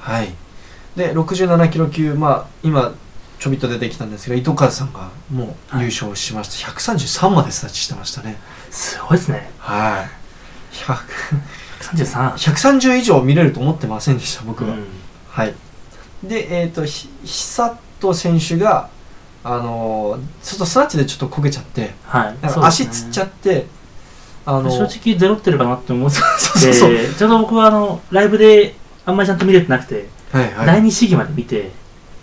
はい、で67キロ級まあ今ちょびっと出てきたんですが糸数さんがもう優勝しました、133までスタッチしてましたねすごいですねはい100 133 130以上見れると思ってませんでした僕は、うんはい、で、えー、とひ久人選手が、あのーちょっとスナッチでちょっとこけちゃってはいなんそかうで足すねつっちゃって、あの正直ゼロってるかなって思ってた そうそうそうちょうど僕はあのライブであんまりちゃんと見れてなくて、はいはい第二試技まで見て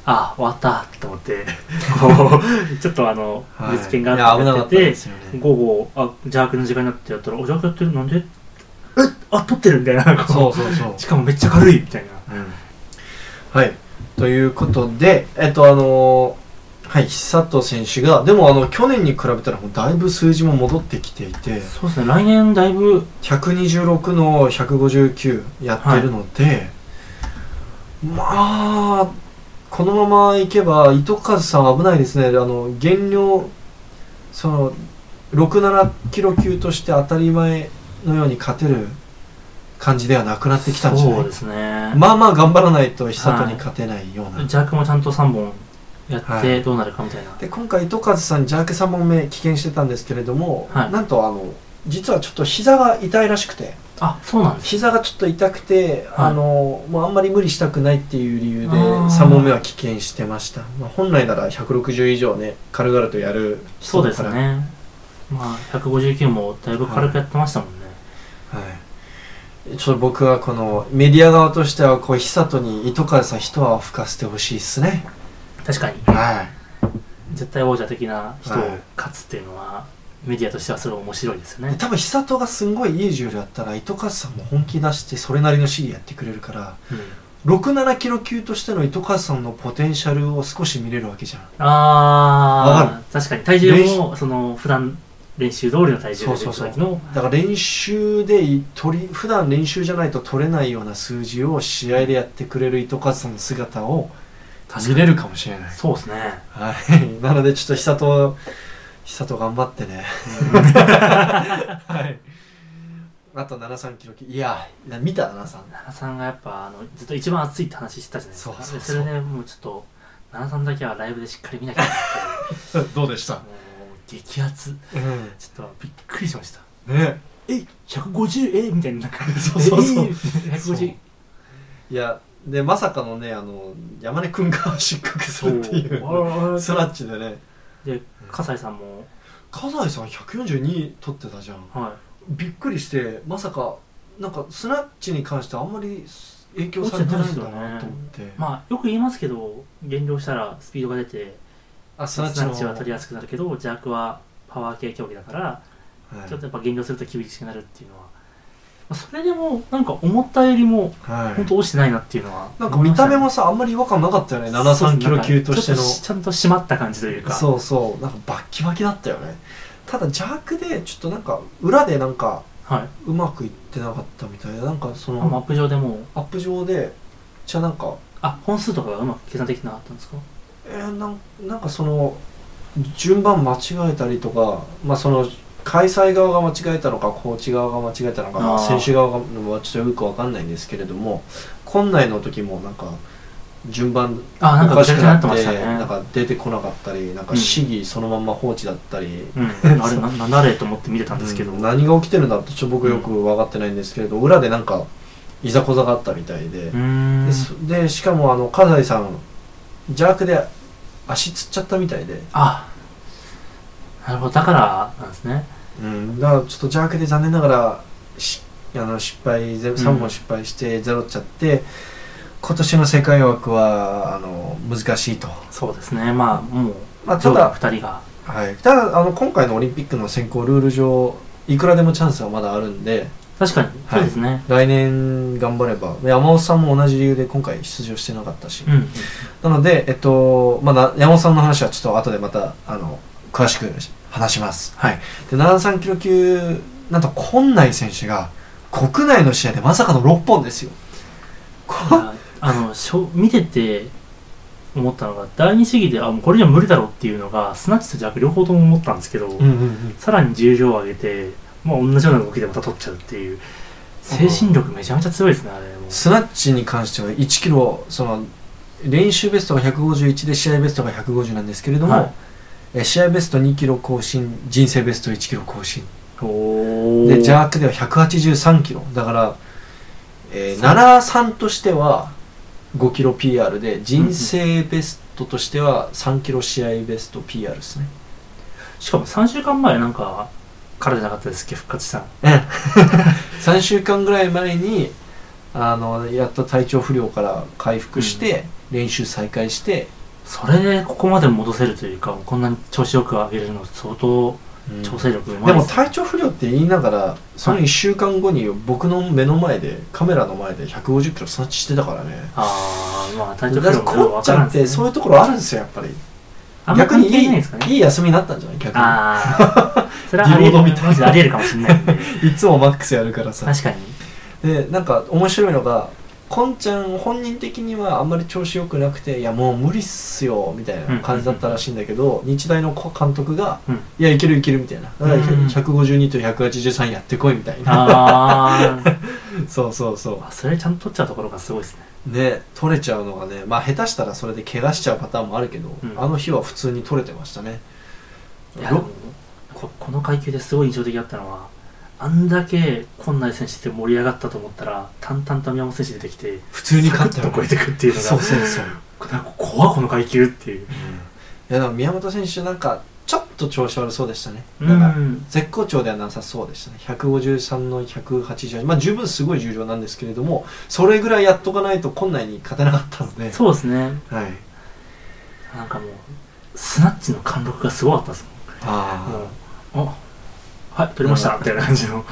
ああ終わったと思って こうちょっとあのはい別件いがやあ危なかったてでてすよね午後あ邪悪の時間になってやったらお邪悪やってるなんでえあ撮ってるみたいなそこうそう そううしかもめっちゃ軽いみたいなうんはいということでえっ、とあのーはい久人選手がでもあの去年に比べたらもうだいぶ数字も戻ってきていてそうですね来年だいぶ126の159やってるので、まあこのままいけば糸数さん危ないですねあの減量その67キロ級として当たり前のように勝てる感じではなくなってきたんじゃなそういですね、まあまあ頑張らないと久人に勝てないような、邪悪もちゃんと3本やっはていどうなるかみたいな、で今回糸数さん邪悪3本目棄権してたんですけれども、はいなんとあの実はちょっと膝が痛いらしくてあそうなんです膝がちょっと痛くて、はいあのもうあんまり無理したくないっていう理由であー3本目は棄権してました、まあ、本来なら160以上ね軽々とやるそ人うだでかすらねまあ159もだいぶ軽くやってましたもんね、はい、ちょっと僕はこのメディア側としてはこう久人に糸数さん一泡吹かせてほしいっすね確かには絶対王者的な人をはい勝つっていうのはメディアとしてはすごい面白いですよいね多分久人がすんごいいい重量だったら糸数さんも本気出してそれなりの試技やってくれるからうん67キロ級としての糸数さんのポテンシャルを少し見れるわけじゃんわかあー確かに体重練もその普段練習通りの体重そうでそうそう出てる時のだから練習でい取り普段練習じゃないと取れないような数字を試合でやってくれる糸数さんの姿を確か見にれるかもしれない、そうですねはい、なのでちょっと久と久と頑張ってね、はい、あと73キロ級いやいや見た73奈良さんがやっぱあのずっと一番熱いって話してたじゃないですかそうそうでそうれでもうちょっと奈良さんだけはライブでしっかり見なきゃいけ ないっていうどうでした、もう激アツうちょっとびっくりしましたん、ねえ150えみたいな 感じそうそうそうえ150いやでまさかのねあの山根君が失格するっていうそうスラッチでねで葛西さんも笠井さん142取ってたじゃんはいびっくりしてまさかなんかスナッチに関してあんまりす影響されてないんだなと思って、まあよく言いますけど減量したらスピードが出てあスすナなわちのッチは取りやすくなるけど邪悪はパワー系競技だからはいちょっとやっぱ減量すると厳しくなるっていうのは、まあそれでもなんか思ったよりもはい本当落ちてないなっていうのはなんか見た目ももさあんまり違和感なかったよね73キロ級としてのちゃんと締まった感じというかそうそうなんかバッキバキだったよねただ邪悪でちょっとなんか裏でなんかはい、うまくいってなかったみたいななんかそあマッのプ上でもうアップ上でじゃあなんかあ本数とかがうまく計算できてなかったんですかえー、なんなんかその順番間違えたりとか、まあ、その開催側が間違えたのかコーチ側が間違えたのか、まああー選手側がはちょっとよくわかんないんですけれども今内の時もなんか順番あなんおかかぐしちゃくぐちゃなってになってましたねなんか出てこなかったりなんかうん試技そのまんま放置だったり。うん、あれな ななれと思って見てたんですけど、うん何が起きてるんだろうとちょっと僕よく分かってないんですけれど、裏でなんかいざこざがあったみたいで、うーんでそでしかもあの葛西さん邪悪で足つっちゃったみたいで、あなるほどだからなんですねうん、だからちょっと邪悪で残念ながらしあの失敗ゼん3本失敗してゼロっちゃって、今年の世界枠はあの難しいと、そうですねまあもうまあ、た上だ,、下2人がはい、ただあの今回のオリンピックの選考ルール上いくらでもチャンスはまだあるんで確かにはいそうですね、来年頑張ればで山本さんも同じ理由で今回出場してなかったし、うんなので、えっとまあ、な山本さんの話はちょっと後でまたあの詳しく話します、はい、で73キロ級なんと今内選手が国内の試合でまさかの6本ですよこいやあのしょ見てて思ったのが第二試技であもうこれじゃ無理だろうっていうのがスナッチとジャック両方とも思ったんですけど、うんうんうんさらに重量を上げて、まあ、同じような動きでまた取っちゃうっていう精神力めちゃめちゃ強いですねあれもうスナッチに関しては1キロその練習ベストが151で試合ベストが150なんですけれども、はいえ試合ベスト2キロ更新人生ベスト1キロ更新おーでジャークでは183キロだから、えー、そう73としては5キロ PR で人生ベストとしては3キロ試合ベスト PR ですね、しかも3週間前なんか彼じゃなかったですっけ復活したの 3週間ぐらい前にあのやった体調不良から回復して、練習再開して、それでここまで戻せるというかこんなに調子よく上げれるの相当調整力うまでいでもす、ね体調不良って言いながらその1週間後に僕の目の前でカメラの前で150キロスナッチしてたからねああまあ体調だ不か良らもよくこわっちからゃんんってですそねういうところあるんですよやっぱりあんま逆に関係いい,、ないですかねいい休みになったんじゃない逆にああ それはありえリモートみるたいなマジでありえるかもしれないんでいつもマックスやるからさ確かにでなんか面白いのがこんちゃん本人的にはあんまり調子良くなくて「いやもう無理っすよ」みたいな感じだったらしいんだけど、日大の監督がうん「いやいけるいける」みたいな「だからうん152と183やってこい」みたいな、あーそうそうそあ それちゃんと取っちゃうところがすごいですねうで取れちゃうのがねまあ下手したらそれで怪我しちゃうパターンもあるけど、うんあの日は普通に取れてましたねいやでもここの階級ですごい印象的だったのはあんだけ今内選手って盛り上がったと思ったら淡々と宮本選手出てきて普通に勝ったサクッと超えてくっていうのがそうそうそうなんか怖この階級っていういやでも宮本選手なんかちょっと調子悪そうでしたね、うなんかん絶好調ではなさそうでしたね153の188まあ十分すごい重量なんですけれどもそれぐらいやっとかないと今内に勝てなかったのでそうですねはいなんかもうスナッチの貫禄がすごかったですもんもあうあはい取りましたみたいな感じの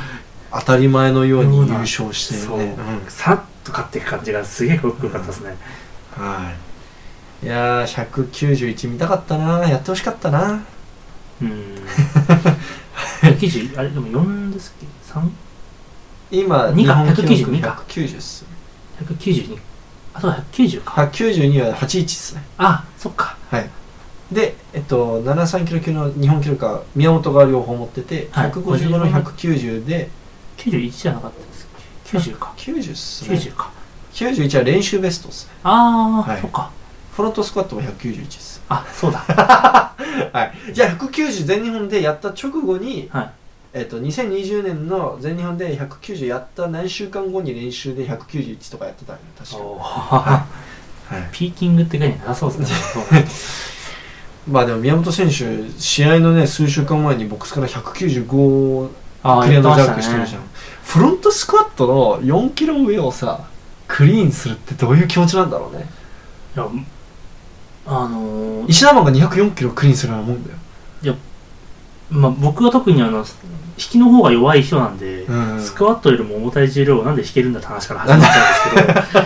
あ当たり前のように優勝してそうるね、うんさらっと勝っていく感じがすげえかっこよかったですねはいいやー191見たかったなやってほしかったなうん190あれでも4ですっけ3今二日か本記録192か190っす192あとは190か192は81っすねあそっかはい、で、えっと、73キロ級の日本記録は宮本が両方持ってて、はい155の190で91じゃなかったですっけ90か90っすね90か91は練習ベストっすねああ、はいそっかフロントスクワットも191っすあそうだはいじゃあ190全日本でやった直後に、はいえっと、2020年の全日本で190やった何週間後に練習で191とかやってたんよ確かおーはいピーキングって概念なさそうですねまあでも宮本選手試合のね数週間前にボックスから195ああクレやーっドてまジしャたークしてるじゃん、ねフロントスクワットの4キロ上をさクリーンするってどういう気持ちなんだろうねいやあのー石田マンが204キロクリーンするようなもんだよまあ、僕は特にあの引きの方が弱い人なんで、うんスクワットよりも重たい重量をなんで引けるんだって話から始まったんですけ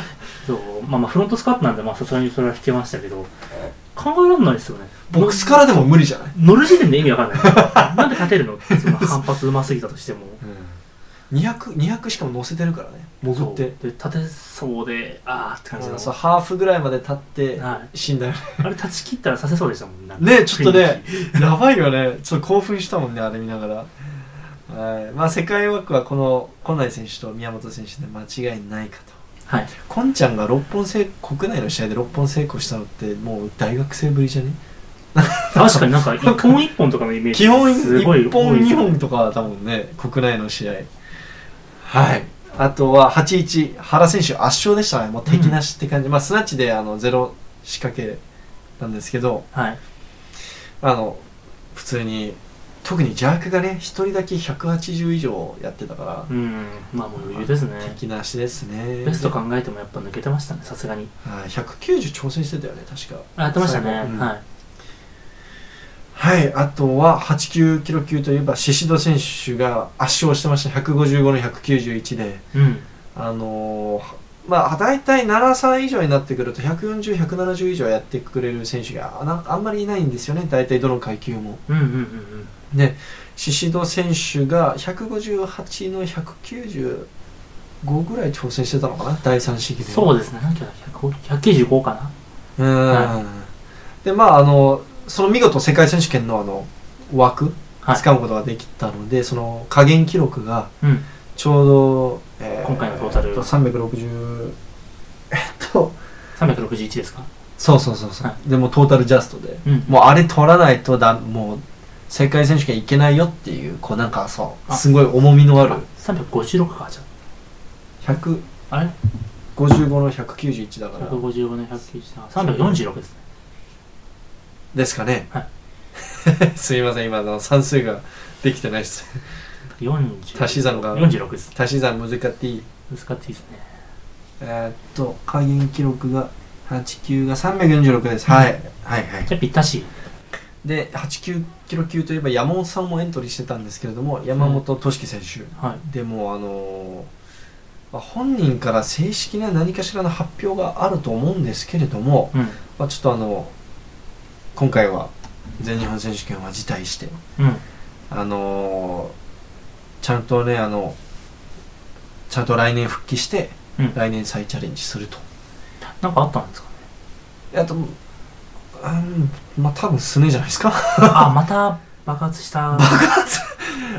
どそう、まあ、まあフロントスクワットなんでまあさすがにそれは引けましたけど考えられないですよねボックスからでも無理じゃない、乗る時点で意味わかん ないなんで勝てるのってその反発うますぎたとしてもうん、200, 200しかも乗せてるからね潜ってそうで立てそうであーって感じうんのそうハーフぐらいまで立ってはい、死んだよあれ断ち切ったらさせそうでしたもんね ねちょっとねやばいよねちょっと興奮したもんねあれ見ながらはいまあ世界枠はこの近内選手と宮本選手で間違いないかとはいこんちゃんが6本成国内の試合で6本成功したのってもう大学生ぶりじゃね確かになんか一本一本とかのイメージ基本すごい1本多いです2よね本とかだもんね国内の試合はいあとは81原選手圧勝でしたねもう敵なしって感じ、まあスナッチであのゼロ仕掛けなんですけどはいあの普通に特にジャークがね1人だけ180以上やってたから、うんまあもう余裕ですね敵なしですねベスト考えてもやっぱ抜けてましたねさすがにはい190挑戦してたよね確かあやってましたね、最後うんはいはいあとは89キロ級といえば宍戸選手が圧勝してました155の191でうんあのーまあ大体7歳以上以上になってくると140170以上やってくれる選手があなあんまりいないんですよね大体どの階級もうんうんうんで宍戸選手が158の195ぐらい挑戦してたのかな第3試技うんでそうですね何キロだ100 195かなうーんでまああのその見事世界選手権のあの枠はい掴むことができたので、その加減記録がうんちょうど、え今回のトータルえっと360えっと361ですかそうそうそうそう、はでもうトータルジャストでうんもうあれ取らないとだもう世界選手権いけないよっていうこうなんかそうあすごい重みのある356かじゃ155ああれの191だから155の193 346ですねですかね、はい すいません今あの算数ができてないです40足し算が46です足し算難しい難しいですねえーっと加減記録が89が346です、はい、はいはいじゃあぴったしで89キロ級といえば山本さんもエントリーしてたんですけれども山本俊樹選手、はいでもあのーまあ本人から正式な何かしらの発表があると思うんですけれども、うんまあ、ちょっとあの今回は全日本選手権は辞退してうんあのーちゃんとねあのちゃんと来年復帰してうん来年再チャレンジするとなんかあったん ですかねあとうんまあ多分すねじゃないですかあまた爆発した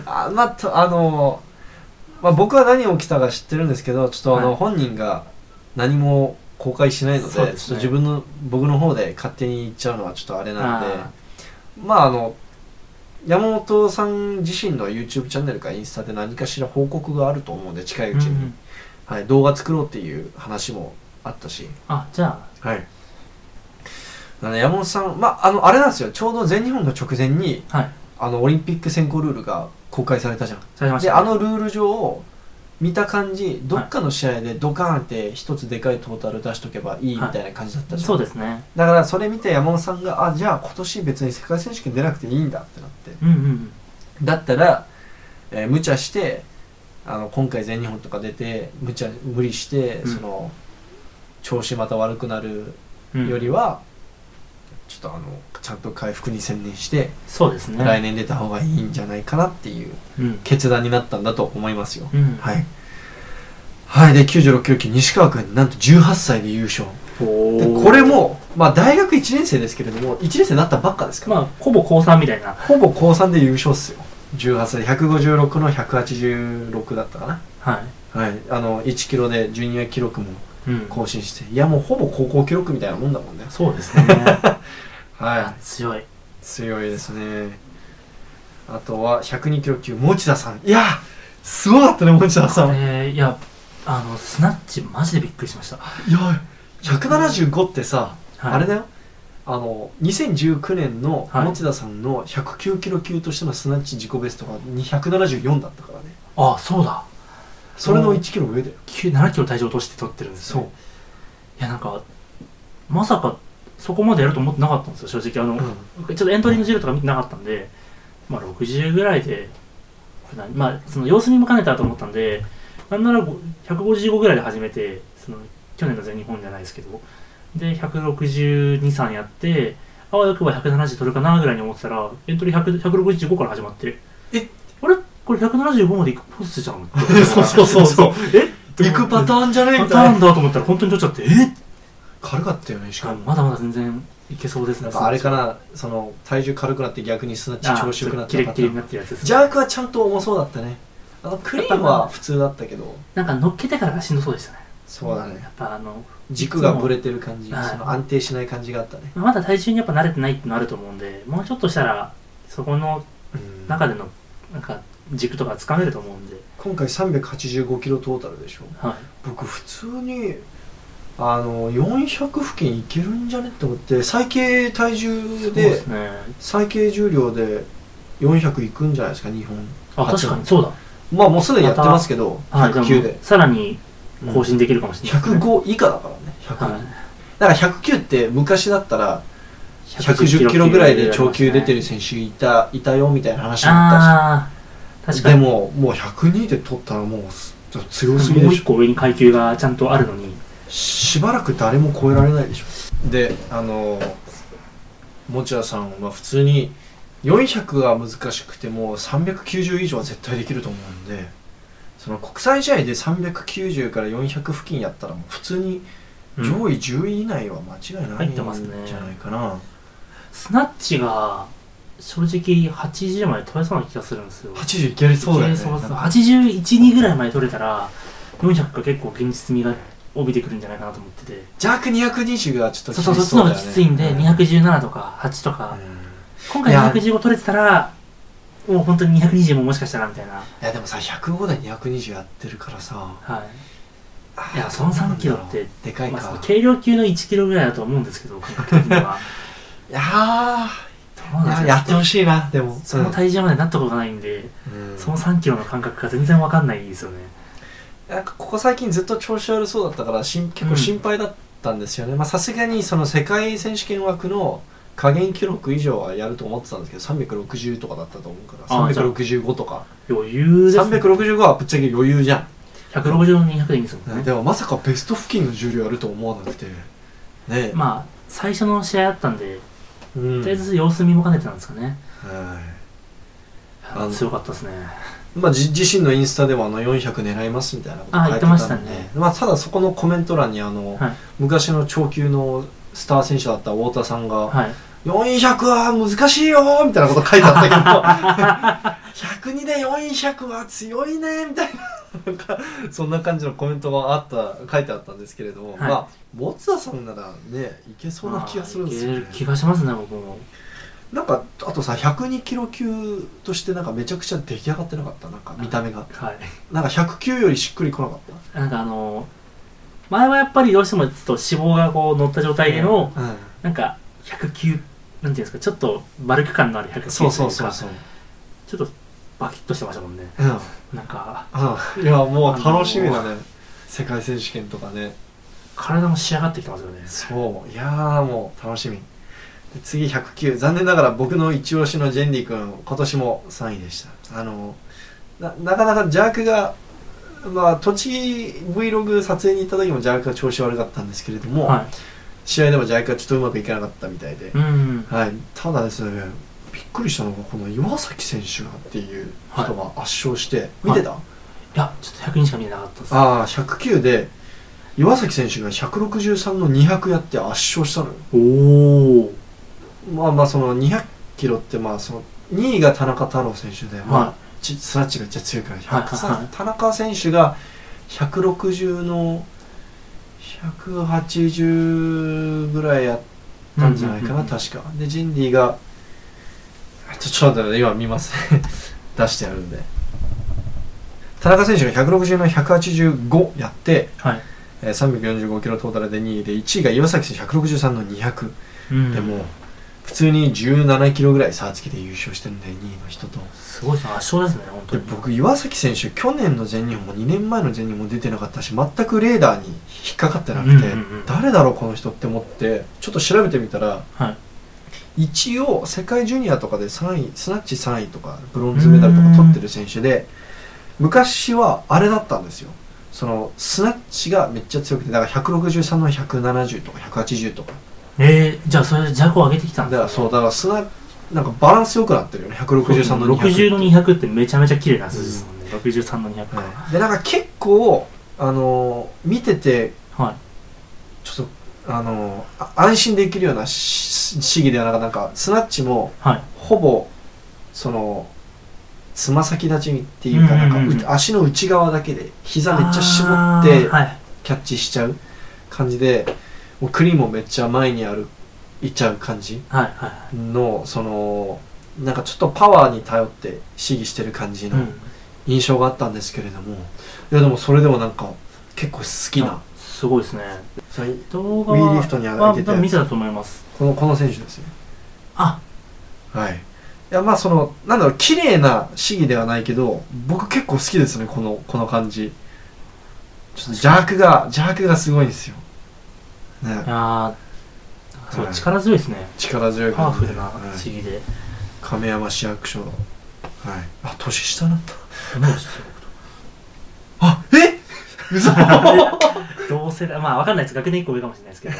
あまあとあのーまあ、僕は何起きたか知ってるんですけどちょっとあの、はい本人が何も公開しないのでそうですねちょっと自分の僕の方で勝手に言っちゃうのはちょっとあれなんであまああの山本さん自身の YouTube チャンネルかインスタで何かしら報告があると思うんで近いううんうちに、んはい、動画作ろうっていう話もあったし、あじゃあはい、あの山本さん、まあ、あのあれなんですよちょうど全日本の直前にはいあのオリンピック選考ルールが公開されたじゃんされましでたあのルール上を見た感じどっかの試合でドカーンって一つでかいトータル出しとけばいいみたいな感じだったじゃん、そうですねだからそれ見て山本さんがあじゃあ今年別に世界選手権出なくていいんだってなってうんうんだったら、えー無茶してあの今回全日本とか出て無茶無理して、うんその調子また悪くなるうんうんよりは、ちょっとあのちゃんと回復に専念して、そうですね来年出た方がいいんじゃないかなっていううん決断になったんだと思いますよ、うんはいはいで96キロ級西川君なんと18歳で優勝でおーこれも、まあ、大学1年生ですけれども1年生になったばっかですから、まあほぼ高3みたいなほぼ高3で優勝っすよ18歳156の186だったかなははいあの1キロでジュニア記録もい、うん、更新していやもうほぼ高校記録みたいなもんだもんねそうで すねは強いい強いですねあとは102キロ級持田さんいやすごかったね持田さんえー、いやあのスナッチマジでびっくりしました、はいや175ってさ、い、あれだよあの2019年のはい持田さんの109キロ級としてのスナッチ自己ベストが274だったからねあそうだそれの1キロ上だよ9 7キロ体重落として撮ってるんですそよ、うね、いやなんかまさかそこまでやると思ってなかったんですよ正直あの、ちょっとエントリーの資料とか見てなかったんで、まあ、60ぐらいで、これ何まあ、その様子見も兼ねたと思ったんで、なんならご155ぐらいで始めて、その去年の全日本じゃないですけど、で、162、3やって、あわよくば170取るかなぐらいに思ってたら、エントリー100 165から始まって、えあれこれ175まで行くコースじゃん そうそうそうそう。 え行くパターンーンじゃねえパみタたいーなンだと思ったら、本当に取っちゃって、え軽かったよねしかもまだまだ全然いけそうですね。なんかあれかなその体重軽くなって逆にスナッチあ調子良くなったキレパッタキレーにンなってるやつですねジャークはちゃんと重そうだったねあのクリームは普通だったけどなんか乗っけてからがしんどそうでしたね。そうだねやっぱあの、軸がぶれてる感じそはいの安定しない感じがあったねまだ体重にやっぱ慣れてないってのあると思うんで、もうちょっとしたら、そこのうん中での、なんか、軸とかつかめると思うんで、今回385キロトータルでしょはい。僕普通にあの400付近いけるんじゃねって思って最軽体重そうでですね。最軽重量で400いくんじゃないですか日本あ、初確かに、そうだ。まあもうすでにやってますけどはい、じゃあも109うで、さらにうん更新できるかもしれないですね。 105以下だからね100はい。だから109って昔だったら110キロぐらいで長球出てる選手いたいたよみたいな話もあっああ、たし確かに。でももう102で取ったらもうす強すぎもでうし一個上に階級がちゃんとあるのに、ょしばらく誰も超えられないでしょであの持田さんは普通に400が難しくても390以上は絶対できると思うんでその国際試合で390から400付近やったらもう普通にうん上位10位以内は間違いないん入ってますねじゃないかな、スナッチが、正直80まで取れそうな気がするんですよ。 80いけるそうだよねそうそう81、2ぐらいまで取れたら、400が結構現実味が帯びてくるんじゃないかなと思ってて、ジャーク220がちょっとそうそう、そっちの方がきついんで、 200 217とか8とか、い今回いや215取れてたら、もう本当に220ももしかしたらみたいな、やでもさ105台220やってるからさはい、あいやその3キロってでかいまあか、その軽量級の1キロぐらいだと思うんですけど、感覚的には。いやどーうなんいやですやかってほしいなでもその体重までなったことがないんで、うんその3キロの感覚が全然わかんないですよね。なんかここ最近ずっと調子悪そうだったからしん結う構ん心配だったんですよねまあさすがにその世界選手権枠の加減記録以上はやると思ってたんですけど360とかだったと思うからあーじゃあ365とか余裕です、ね。 365はぶっちゃけ余裕じゃん160の200でいいんですもんね。でもまさかベスト付近の重量やると思わなくてねえ、まあ、最初の試合だったんで、うんとりあえず様子見も兼ねてたんですかね。はいああの強かったですね。まあ、じ自身のインスタではあの400狙いますみたいなことあ書いてたんで言ってましたねまあ、ただそこのコメント欄にあの、はい昔の超級のスター選手だった太田さんが、はい。 400は難しいよーみたいなこと書いてあった けど102で400は強いねみたいななんかそんな感じのコメントがあった書いてあったんですけれども、はいまあモツダさんならねいけそうな気がするんですよまあいねける気がしますね、僕も。なんかあとさ102キロ級としてなんかめちゃくちゃ出来上がってなかったなんか見た目がはい。なんか109よりしっくりこなかったなんかあの、前はやっぱりどうしてもちょっと脂肪がこう乗った状態での、うんなんか109、なんていうんですか、ちょっとバルク感のある109というか、そうそうそうそう、ちょっとバキッとしてましたもんね。うんなんか、うん、いやもう楽しみだね世界選手権とかね体も仕上がってきてますよね。そういやーもう楽しみで次109残念ながら僕の一押しのジェンリー君今年も3位でしたあのななかなか邪悪がまあ栃木 Vlog 撮影に行った時も邪悪が調子悪かったんですけれども、は試合でも邪悪がちょっとうまくいかなかったみたいで、い。うん。はい、ただですねびっくりしたのがこの岩崎選手がっていう人が圧勝して、見てた、いや、ちょっと100人しか見えなかったです。ああ109で岩崎選手が163の200やって圧勝したのよおー。まあまあその200キロってまあその2位が田中太郎選手で、まあはちスラッチがめっちゃ強いから、はいはいはい103田中選手が160の180ぐらいやったんじゃないかな、うんうんうんうん確かでジンディがあちょちょっと待ってね今見ます 出してあるんで田中選手が160の185やって、い。はい。えー345キロトータルで2位で1位が岩崎選手163の200うんでも、普通に17キロぐらい差つけて優勝してるんで2位の人とすごいですね圧勝ですね本当でに僕岩崎選手去年の全日本も2年前の全日本も出てなかったし全くレーダーに引っかかってなくて、うんうんうん誰だろうこの人って思ってちょっと調べてみたらはい一応世界ジュニアとかで3位スナッチ3位とかブロンズメダルとか取ってる選手で昔はあれだったんですよそのスナッチがめっちゃ強くてだから163の170とか180とかえー、じゃあそれで弱を上げてきたんだでかすらそうだからスナなんかバランス良くなってるよね163の200 60の200ってめちゃめちゃ綺麗な数字ですもんね、63の200か、はいでなんか結構あのー見ててはいちょっとあのーあ安心できるようなし試技ではなくなんかスナッチもはいほぼそのつま先立ちっていうかうんうんなうんんかう足の内側だけで膝めっちゃ絞っあーてはいキャッチしちゃう感じでもうクリーンもめっちゃ前にあるいっちゃう感じはいはのそのなんかちょっとパワーに頼って試技してる感じい、の印象があったんですけれども、いやでもそれでもなんか結構好きな、すごいですねそれ動画はウィーリフトに上げてたやつは見てたと思いますこのこの選手ですよあはいいやまあそのなんだろう綺麗な試技ではないけど僕結構好きですねこのこの感じちょっと邪悪が邪悪がすごいんですよねいやーそう、はい力強いですね力強いパワ感フじでルなはい市議で、亀山市役所はいあ年下なったどうでしょうあえ 嘘同世代まあわかんないです学年一個上かもしれないですけど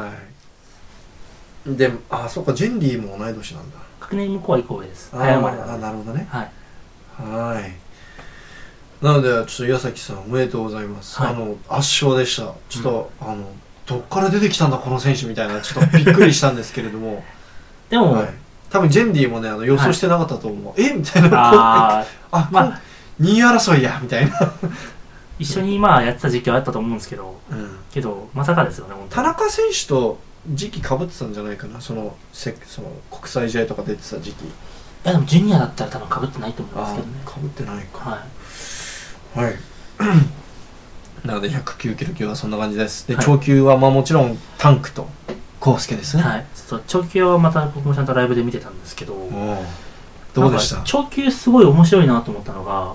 はい。で、あ、そうか、ジェンリーも同い年なんだ。学年向こうは一個上ですあ早生まれーなあ、んでなるほどね。はいはーい。なので、ちょっと岩崎さん、おめでとうございます。はあいの、圧勝でした。ちょっと、あの、どっから出てきたんだ、この選手みたいな、ちょっとびっくりしたんですけれども、でも、はい。多分ジェンディもね、あの予想してなかったと思う。えみたいな。あ、あああまあまあ、2位争いや、みたいな。一緒にまあやってた時期はあったと思うんですけどうんけどまさかですよね本当田に中選手と時期かぶってたんじゃないかな、その、せその国際試合とか出てた時期。いやでもジュニアだったら多分かぶってないと思いますけどねかぶってないかはいはい なので109キロ級はそんな感じですではい長級はまあもちろんタンクとコウスケですね、はい、ちょっと長球はまた僕もちゃんとライブで見てたんですけど、おうどうでしたなんか長球すごい面白いなと思ったのが、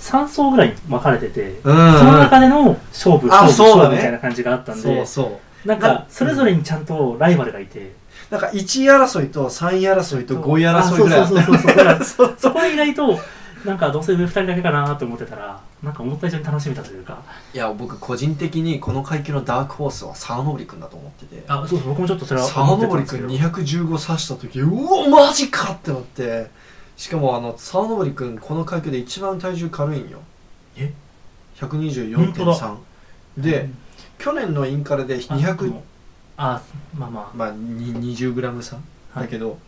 3層ぐらいに分かれてて、うんうんその中での勝負、あ勝負、そうだ勝ね負みたいな感じがあったんで、そうそうなんなかそれぞれにちゃんとライバルがいて、なんか1位争いと3位争いと5位争いぐらいああっそたうそうそうそう だからそう そこは意外と、なんかどうせ上2人だけかなと思ってたら、なんか思った以上に楽しめたというか、いや僕個人的にこの階級のダークホースは沢登君だと思っててあそうそう僕もちょっとそれは沢思ってたん登ですけ君ど、 215刺した時うおマジかってなってしかもあの沢登君この階級で一番体重軽いんよえ本124.3で、去年のインカレであ200、あ、まあままあ、に 20g 差あ、はだいけど、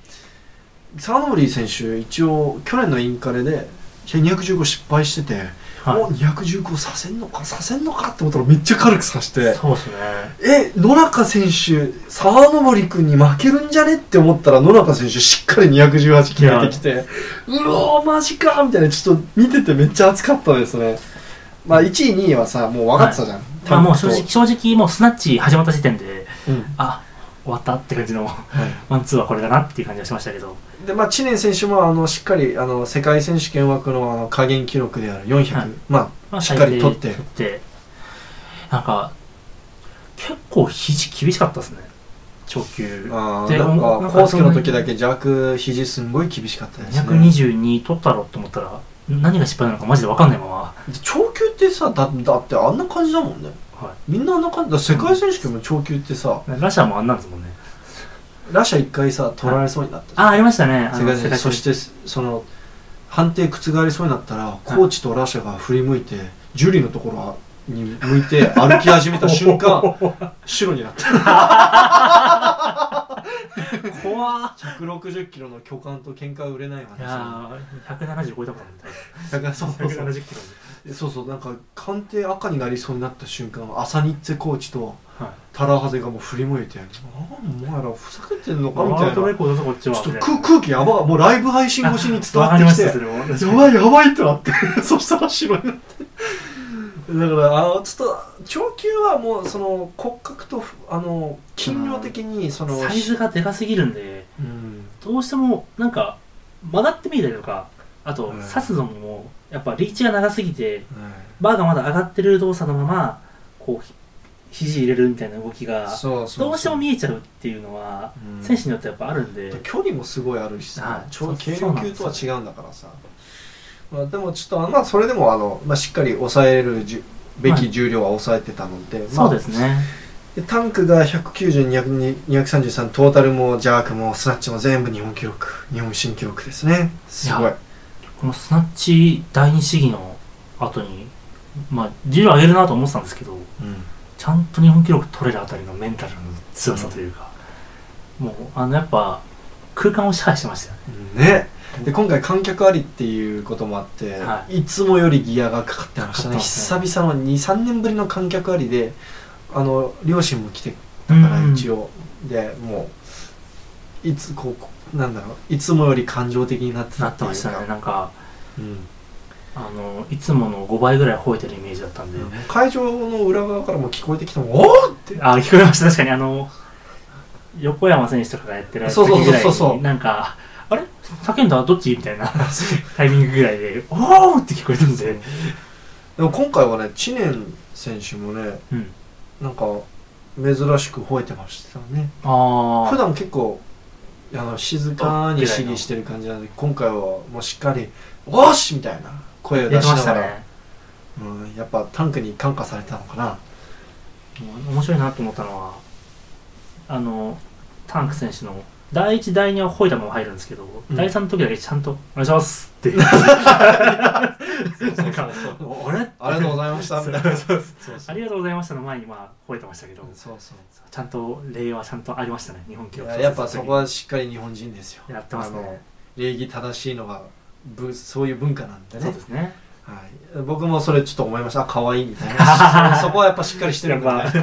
サノブリー選手一応去年のインカレで215失敗してて、はいもう215させんのかさせんのかって思ったらめっちゃ軽くさしてそうですね。え野中選手沢登君に負けるんじゃねって思ったら野中選手しっかり218決めてきてうおーマジかみたいなちょっと見ててめっちゃ熱かったですねまあ1位2位はさもう分かってたじゃん、まあもう正タン直、ク正直もうスナッチ始まった時点で、とうんあ、終わったって感じの、 はいワンツーはこれだなっていう感じがしましたけど、でまあ、知念選手もあのしっかりあの世界選手権枠のあの加減記録である400、はいままあ、しっかり最取っ低てなんか、結構肘厳しかったですね、長球。ああでなんなかんかコースケの時だけ邪悪肘すんごい厳しかったですね222取ったろと思ったら、何が失敗なのかマジで分かんないまま、長級ってさだだってあんな感じだもんねはみんなあんな感じだ世界選手権も長級ってさい、ラシャもあんなんですもんね。ラシャ一回さ取られそうになった、あ、ありましたね、あ世の界選手権そしてその判定覆りそうになったらコーチとラシャが振り向いてジュリーのところに向いて歩き始めた瞬間 白になった 怖っ160キロの巨漢と喧嘩売れないいや話ー170超えたことある みただいからそうそうそなう170キロそうそうなんか官邸赤になりそうになった瞬間朝ニッツェコーチとはいタラハゼがもう振り向いて「なんお前らふざけてんのか?」みワたーいルドレなコードだぞこっちはちょっとみたいな空空気やばもうライブ配信越しに伝わってきてわかりましたそれ もやばいやばいってなってそしたら白になってだからあのちょっと長球はもうその骨格とふあの筋量的にその、サイズがでかすぎるんでうんどうしてもなんか曲がってみたりとかあとうん刺すのもやっぱリーチが長すぎてはいバーがまだ上がってる動作のままこうひ肘入れるみたいな動きがそうそうそうどうしても見えちゃうっていうのはうん選手によってやっぱあるんで、距離もすごいあるしさはい超そう軽そう量なん級ですとよは違うんだからさまあ、でもちょっとあのまあそれでもあの、まあ、しっかり抑えるじゅべはきい重量は抑えてたので、まそあうですねでタンクが190233トータルもジャークもスナッチも全部日本記録日本新記録ですねすごいいこのスナッチ第二試技の後にまあ重量上げるなと思ってたんですけうどんちゃんと日本記録取れるあたりのメンタルの強さというか、もうあのやっぱ空間を支配してましたよねねで今回観客ありっていうこともあって、、はいつもよりギアがかかってましたねかかってます久ね々の23年ぶりの観客ありであの両親も来てたから一応、でもういつこうこなんだろういつもより感情的になってたなっってていうましたかねなんかうんあのいつもの5倍ぐらい吠えてるイメージだったんで、会場の裏側からも聞こえてきてもおお ってあ聞こえました確かにあの横山選手とかがやってるそうそうそう時ぐらいにそうそうなんかあれ叫んだどっちみたいなタイミングぐらいで「おお!」って聞こえたんで、でも今回はね知念選手もねうん、なんか珍しく吠えてましたねあ普あ段結構あの静かに試技してる感じなんで今回はもうしっかり「おーし!」みたいな声をや出ってしまなしがたら、ねうん、やっぱタンクに感化されたのかなもう面白いなと思ったのはあのタンク選手の第1第2は吠えたまま入るんですけど、うん第3の時だけちゃんと「お願いします」ってなんかあれありがとうございましたみたいなそうそう そうそあうりがとうございましたの前にまあ吠えてましたけど、そうそうちゃんと礼はちゃんとありましたね日本記い録ややっぱそこはしっかり日本人ですよやってますねあの礼儀正しいのがぶそういう文化なんでそうねで、すねはい、僕もそれちょっと思いましたあ可愛いみたい なそそこはやっぱしっかりしてるんだ、ね、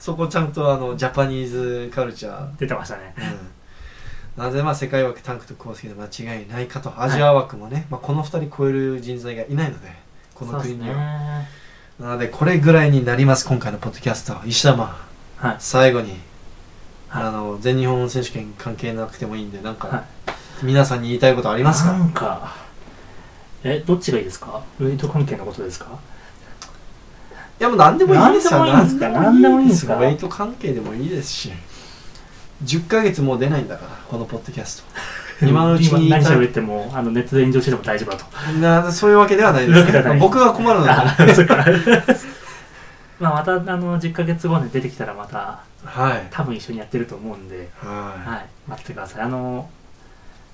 そこちゃんとあのジャパニーズカルチャー出てましたねうんなぜまあ世界枠タンクとコースケで間違いないかとアジア枠もね、まあ、この2人超える人材がいないのでこの国にそうですは、ねなのでこれぐらいになります今回のポッドキャスト石田はい最後に、はいあの全日本選手権関係なくてもいいんでなんか、はい皆さんに言いたいことありますか、なんかえどっちがいいですかウエイト関係のことですかいやもう何でもいいですよ何でもいいんですかよ何ウェでもいいイんト関係でもいいですし10ヶ月もう出ないんだからこのポッドキャスト今のうちに言い何たい喋ってもあのネットで炎上してても大丈夫だとなそういうわけではないですけそういうわけではどない僕が困るのであそっか まあまたあの10ヶ月後に出てきたらまたはい多分一緒にやってると思うんで、ははい、待っててくださいあの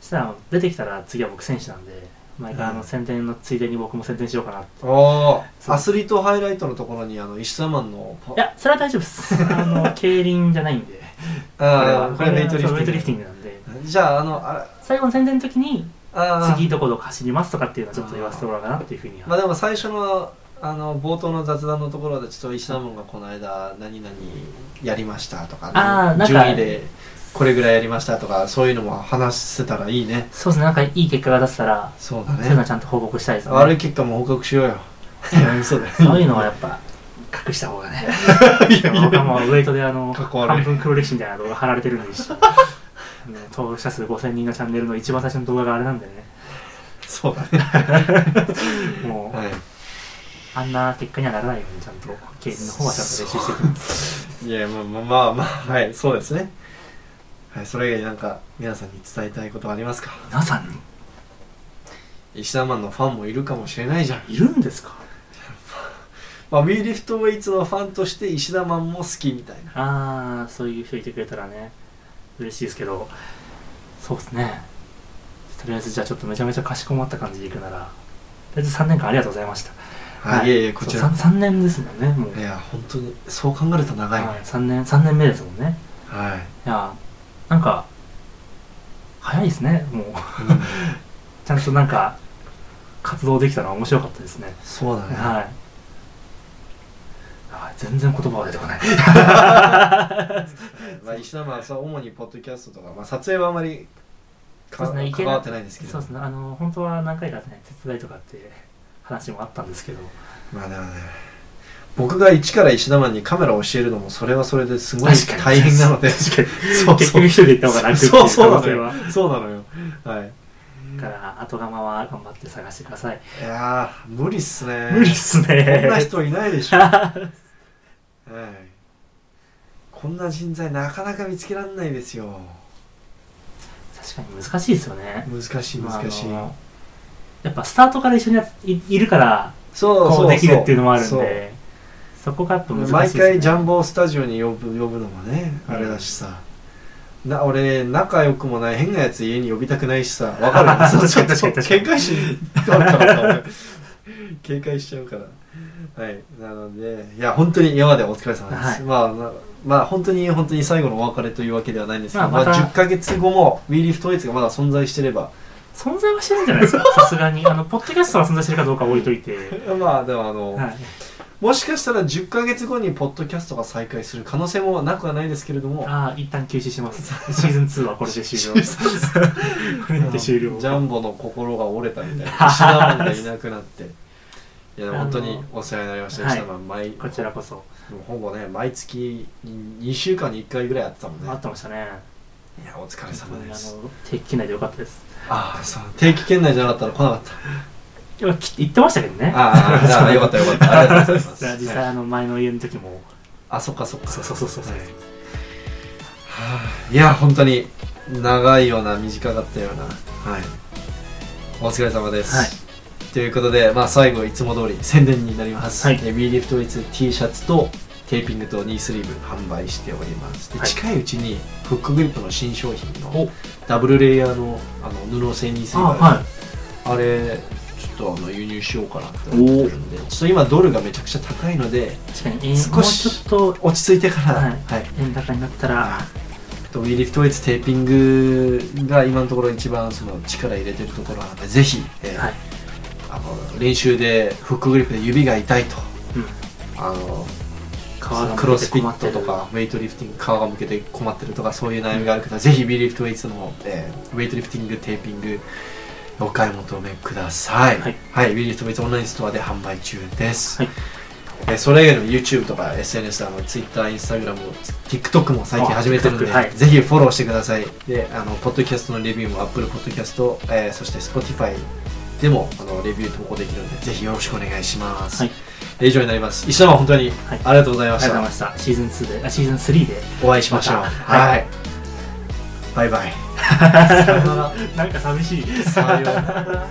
そしたら出てきたら次は僕選手なんで毎回あうんの宣伝のついでに僕も宣伝しようかなってい。おそお、うアスリートハイライトのところにあの石田マンのパいやそれは大丈夫です あの競輪じゃないんでこれあはーこれメイトリそうウェイトリフフティティンングなんでグ。じゃああのあ最後の宣伝の時にあー次どこどこ走りますとかっていうのはちょっと言わせてもらおうかなっていうふうには、まあでも最初のあの冒頭の雑談のところでちょっと石田マンがこの間何々やりましたとか、あーなんか順位でこれぐらいやりましたとかそういうのも話せたらいいね。そうですねなんかいい結果が出せたらそうだそういうのねは。ちゃんと報告したいですね悪い結果も報告しようよ。いや嘘だよ。 そういうのはやっぱ隠した方がね僕はもうウェイトであのかっこ悪い半分黒歴史みたいな動画貼られてるのにしあの登録者数5000人のチャンネルの一番最初の動画があれなんでねそうだね。もう、はい。あんな結果にはならないようにちゃんと競輪の方はちゃんと練習していくんですいやまあまあまあ、まあ、はいそうですねはいそれ以外になんか皆さんに伝えたいことはありますか皆さん石田マンのファンもいるかもしれないじゃんいるんですかまあウィーリフトウェイツのファンとして石田マンも好きみたいなああそういう人いてくれたらね嬉しいですけどそうですねとりあえずじゃあちょっとめちゃめちゃかしこまった感じでいくならとりあえず3年間ありがとうございましたはい、い、えいえこちら 3, 年ですもんねもう、いや本当にそう考えると長いね3年3年目ですもんねはい、いやなんか早いですねもうう んちゃんとなんか活動できたのは面白かったですねそうだねはいあ全然言葉が出てこない まあ、石田マンはさ主にポッドキャストとか、まあ、撮影はあまりかそうですねいけ関なわってないんですけどそうですねあの本当は何回かね手伝いとかって話もあったんですけどまあでもね僕が一から石田マンにカメラを教えるのもそれはそれですごい確か大に変なので確かに そう結そ局う一人で行った方が楽っていうそうそうな可能の性よはそうなのよはいだから後釜は頑張って探してください、いやー無理っすね無理っすねこんな 人いないでしょ、はい、こんな人材なかなか見つけられないですよ確かに難しいですよね難しい難しい、まああのやっぱスタートから一緒にやついいるからそうそうこそううできるっていうのもあるんでそそうこがやっぱ難しい毎ですね回ジャンボスタジオに呼ぶ呼ぶのもねあれだしさ、な俺仲良くもない変なやつ家に呼びたくないしさわかる 確かにちょっと確かに確かに警戒心あるからさ俺警戒しちゃうからはいなのでいや本当に今までお疲れ様です、はいまあなまあ本当に本当に最後のお別れというわけではないんですけど、ままああまた10ヶ月後も w e リーフ統一がまだ存在してれば 存在はしてるんじゃないで すかさすがにあのポッドキャストは存在してるかどうかは置いといて、まあでもあの、はい、もしかしたら10ヶ月後にポッドキャストが再開する可能性もなくはないですけれどもああ一旦休止しますシーズン2はこれで終了これで終了ジャンボの心が折れたみたい な石田マンがいなくなっていやでも本当にお世話になりましたはい石田マン毎こちらこそもうほぼね毎月2週間に1回ぐらいやってたもんね待ってましたねいやお疲れ本当様にであすの定期内でよかったですああそう定期券内じゃなかったら来なかったいやき言ってましたけどねああああよかったよかったありがとうございま 実す、際あの前の家の時もあそっかそっかそうそうそうそうそうはいはいや本当に長いような短かったようなはいお疲れ様です、はいということで、まあ、最後いつも通り宣伝になります、はいえー WeLift with T シャツとテーピングとニースリーブ販売しておりますではい近いうちにフックグリップの新商品のおダブルレイヤーのあの布製ニースあリーブあるはあれちょっとあの輸入しようかなって思ってるんでちょっと今ドルがめちゃくちゃ高いのでい確かに、えー、も少うしちょっと落ち着いてから、はいはい、円高になったらとウィリフトウェイツテーピングが今のところ一番その力入れてるところなのでぜひ、えーはい、あの練習でフックグリップで指が痛いとうん、あの川がクロスフィ困ッってトるとかウェイトリフティング皮が向けて困ってるとかそういう悩みがある方、ぜひウィリフトウェイツの、えーウェイトリフティングテーピングお買い求めください、はいウィリフトウェイツオンラインストアで販売中です、はいえーそれ以外にも YouTube とか SNS あの Twitter、Instagram、TikTok も最近あ始めてるんで、 TikTok はいぜひフォローしてください。で、あのポッドキャストのレビューも Apple Podcast、えーそして Spotify でもあのレビュー投稿できるので、ぜひよろしくお願いします。はい以上になります。石田は本当にいありがとうございあまりしがとうた。ございましたシーズン2であシーズン3で お会いしましょう。または。はいバイバイ。 なんか寂しいさようなら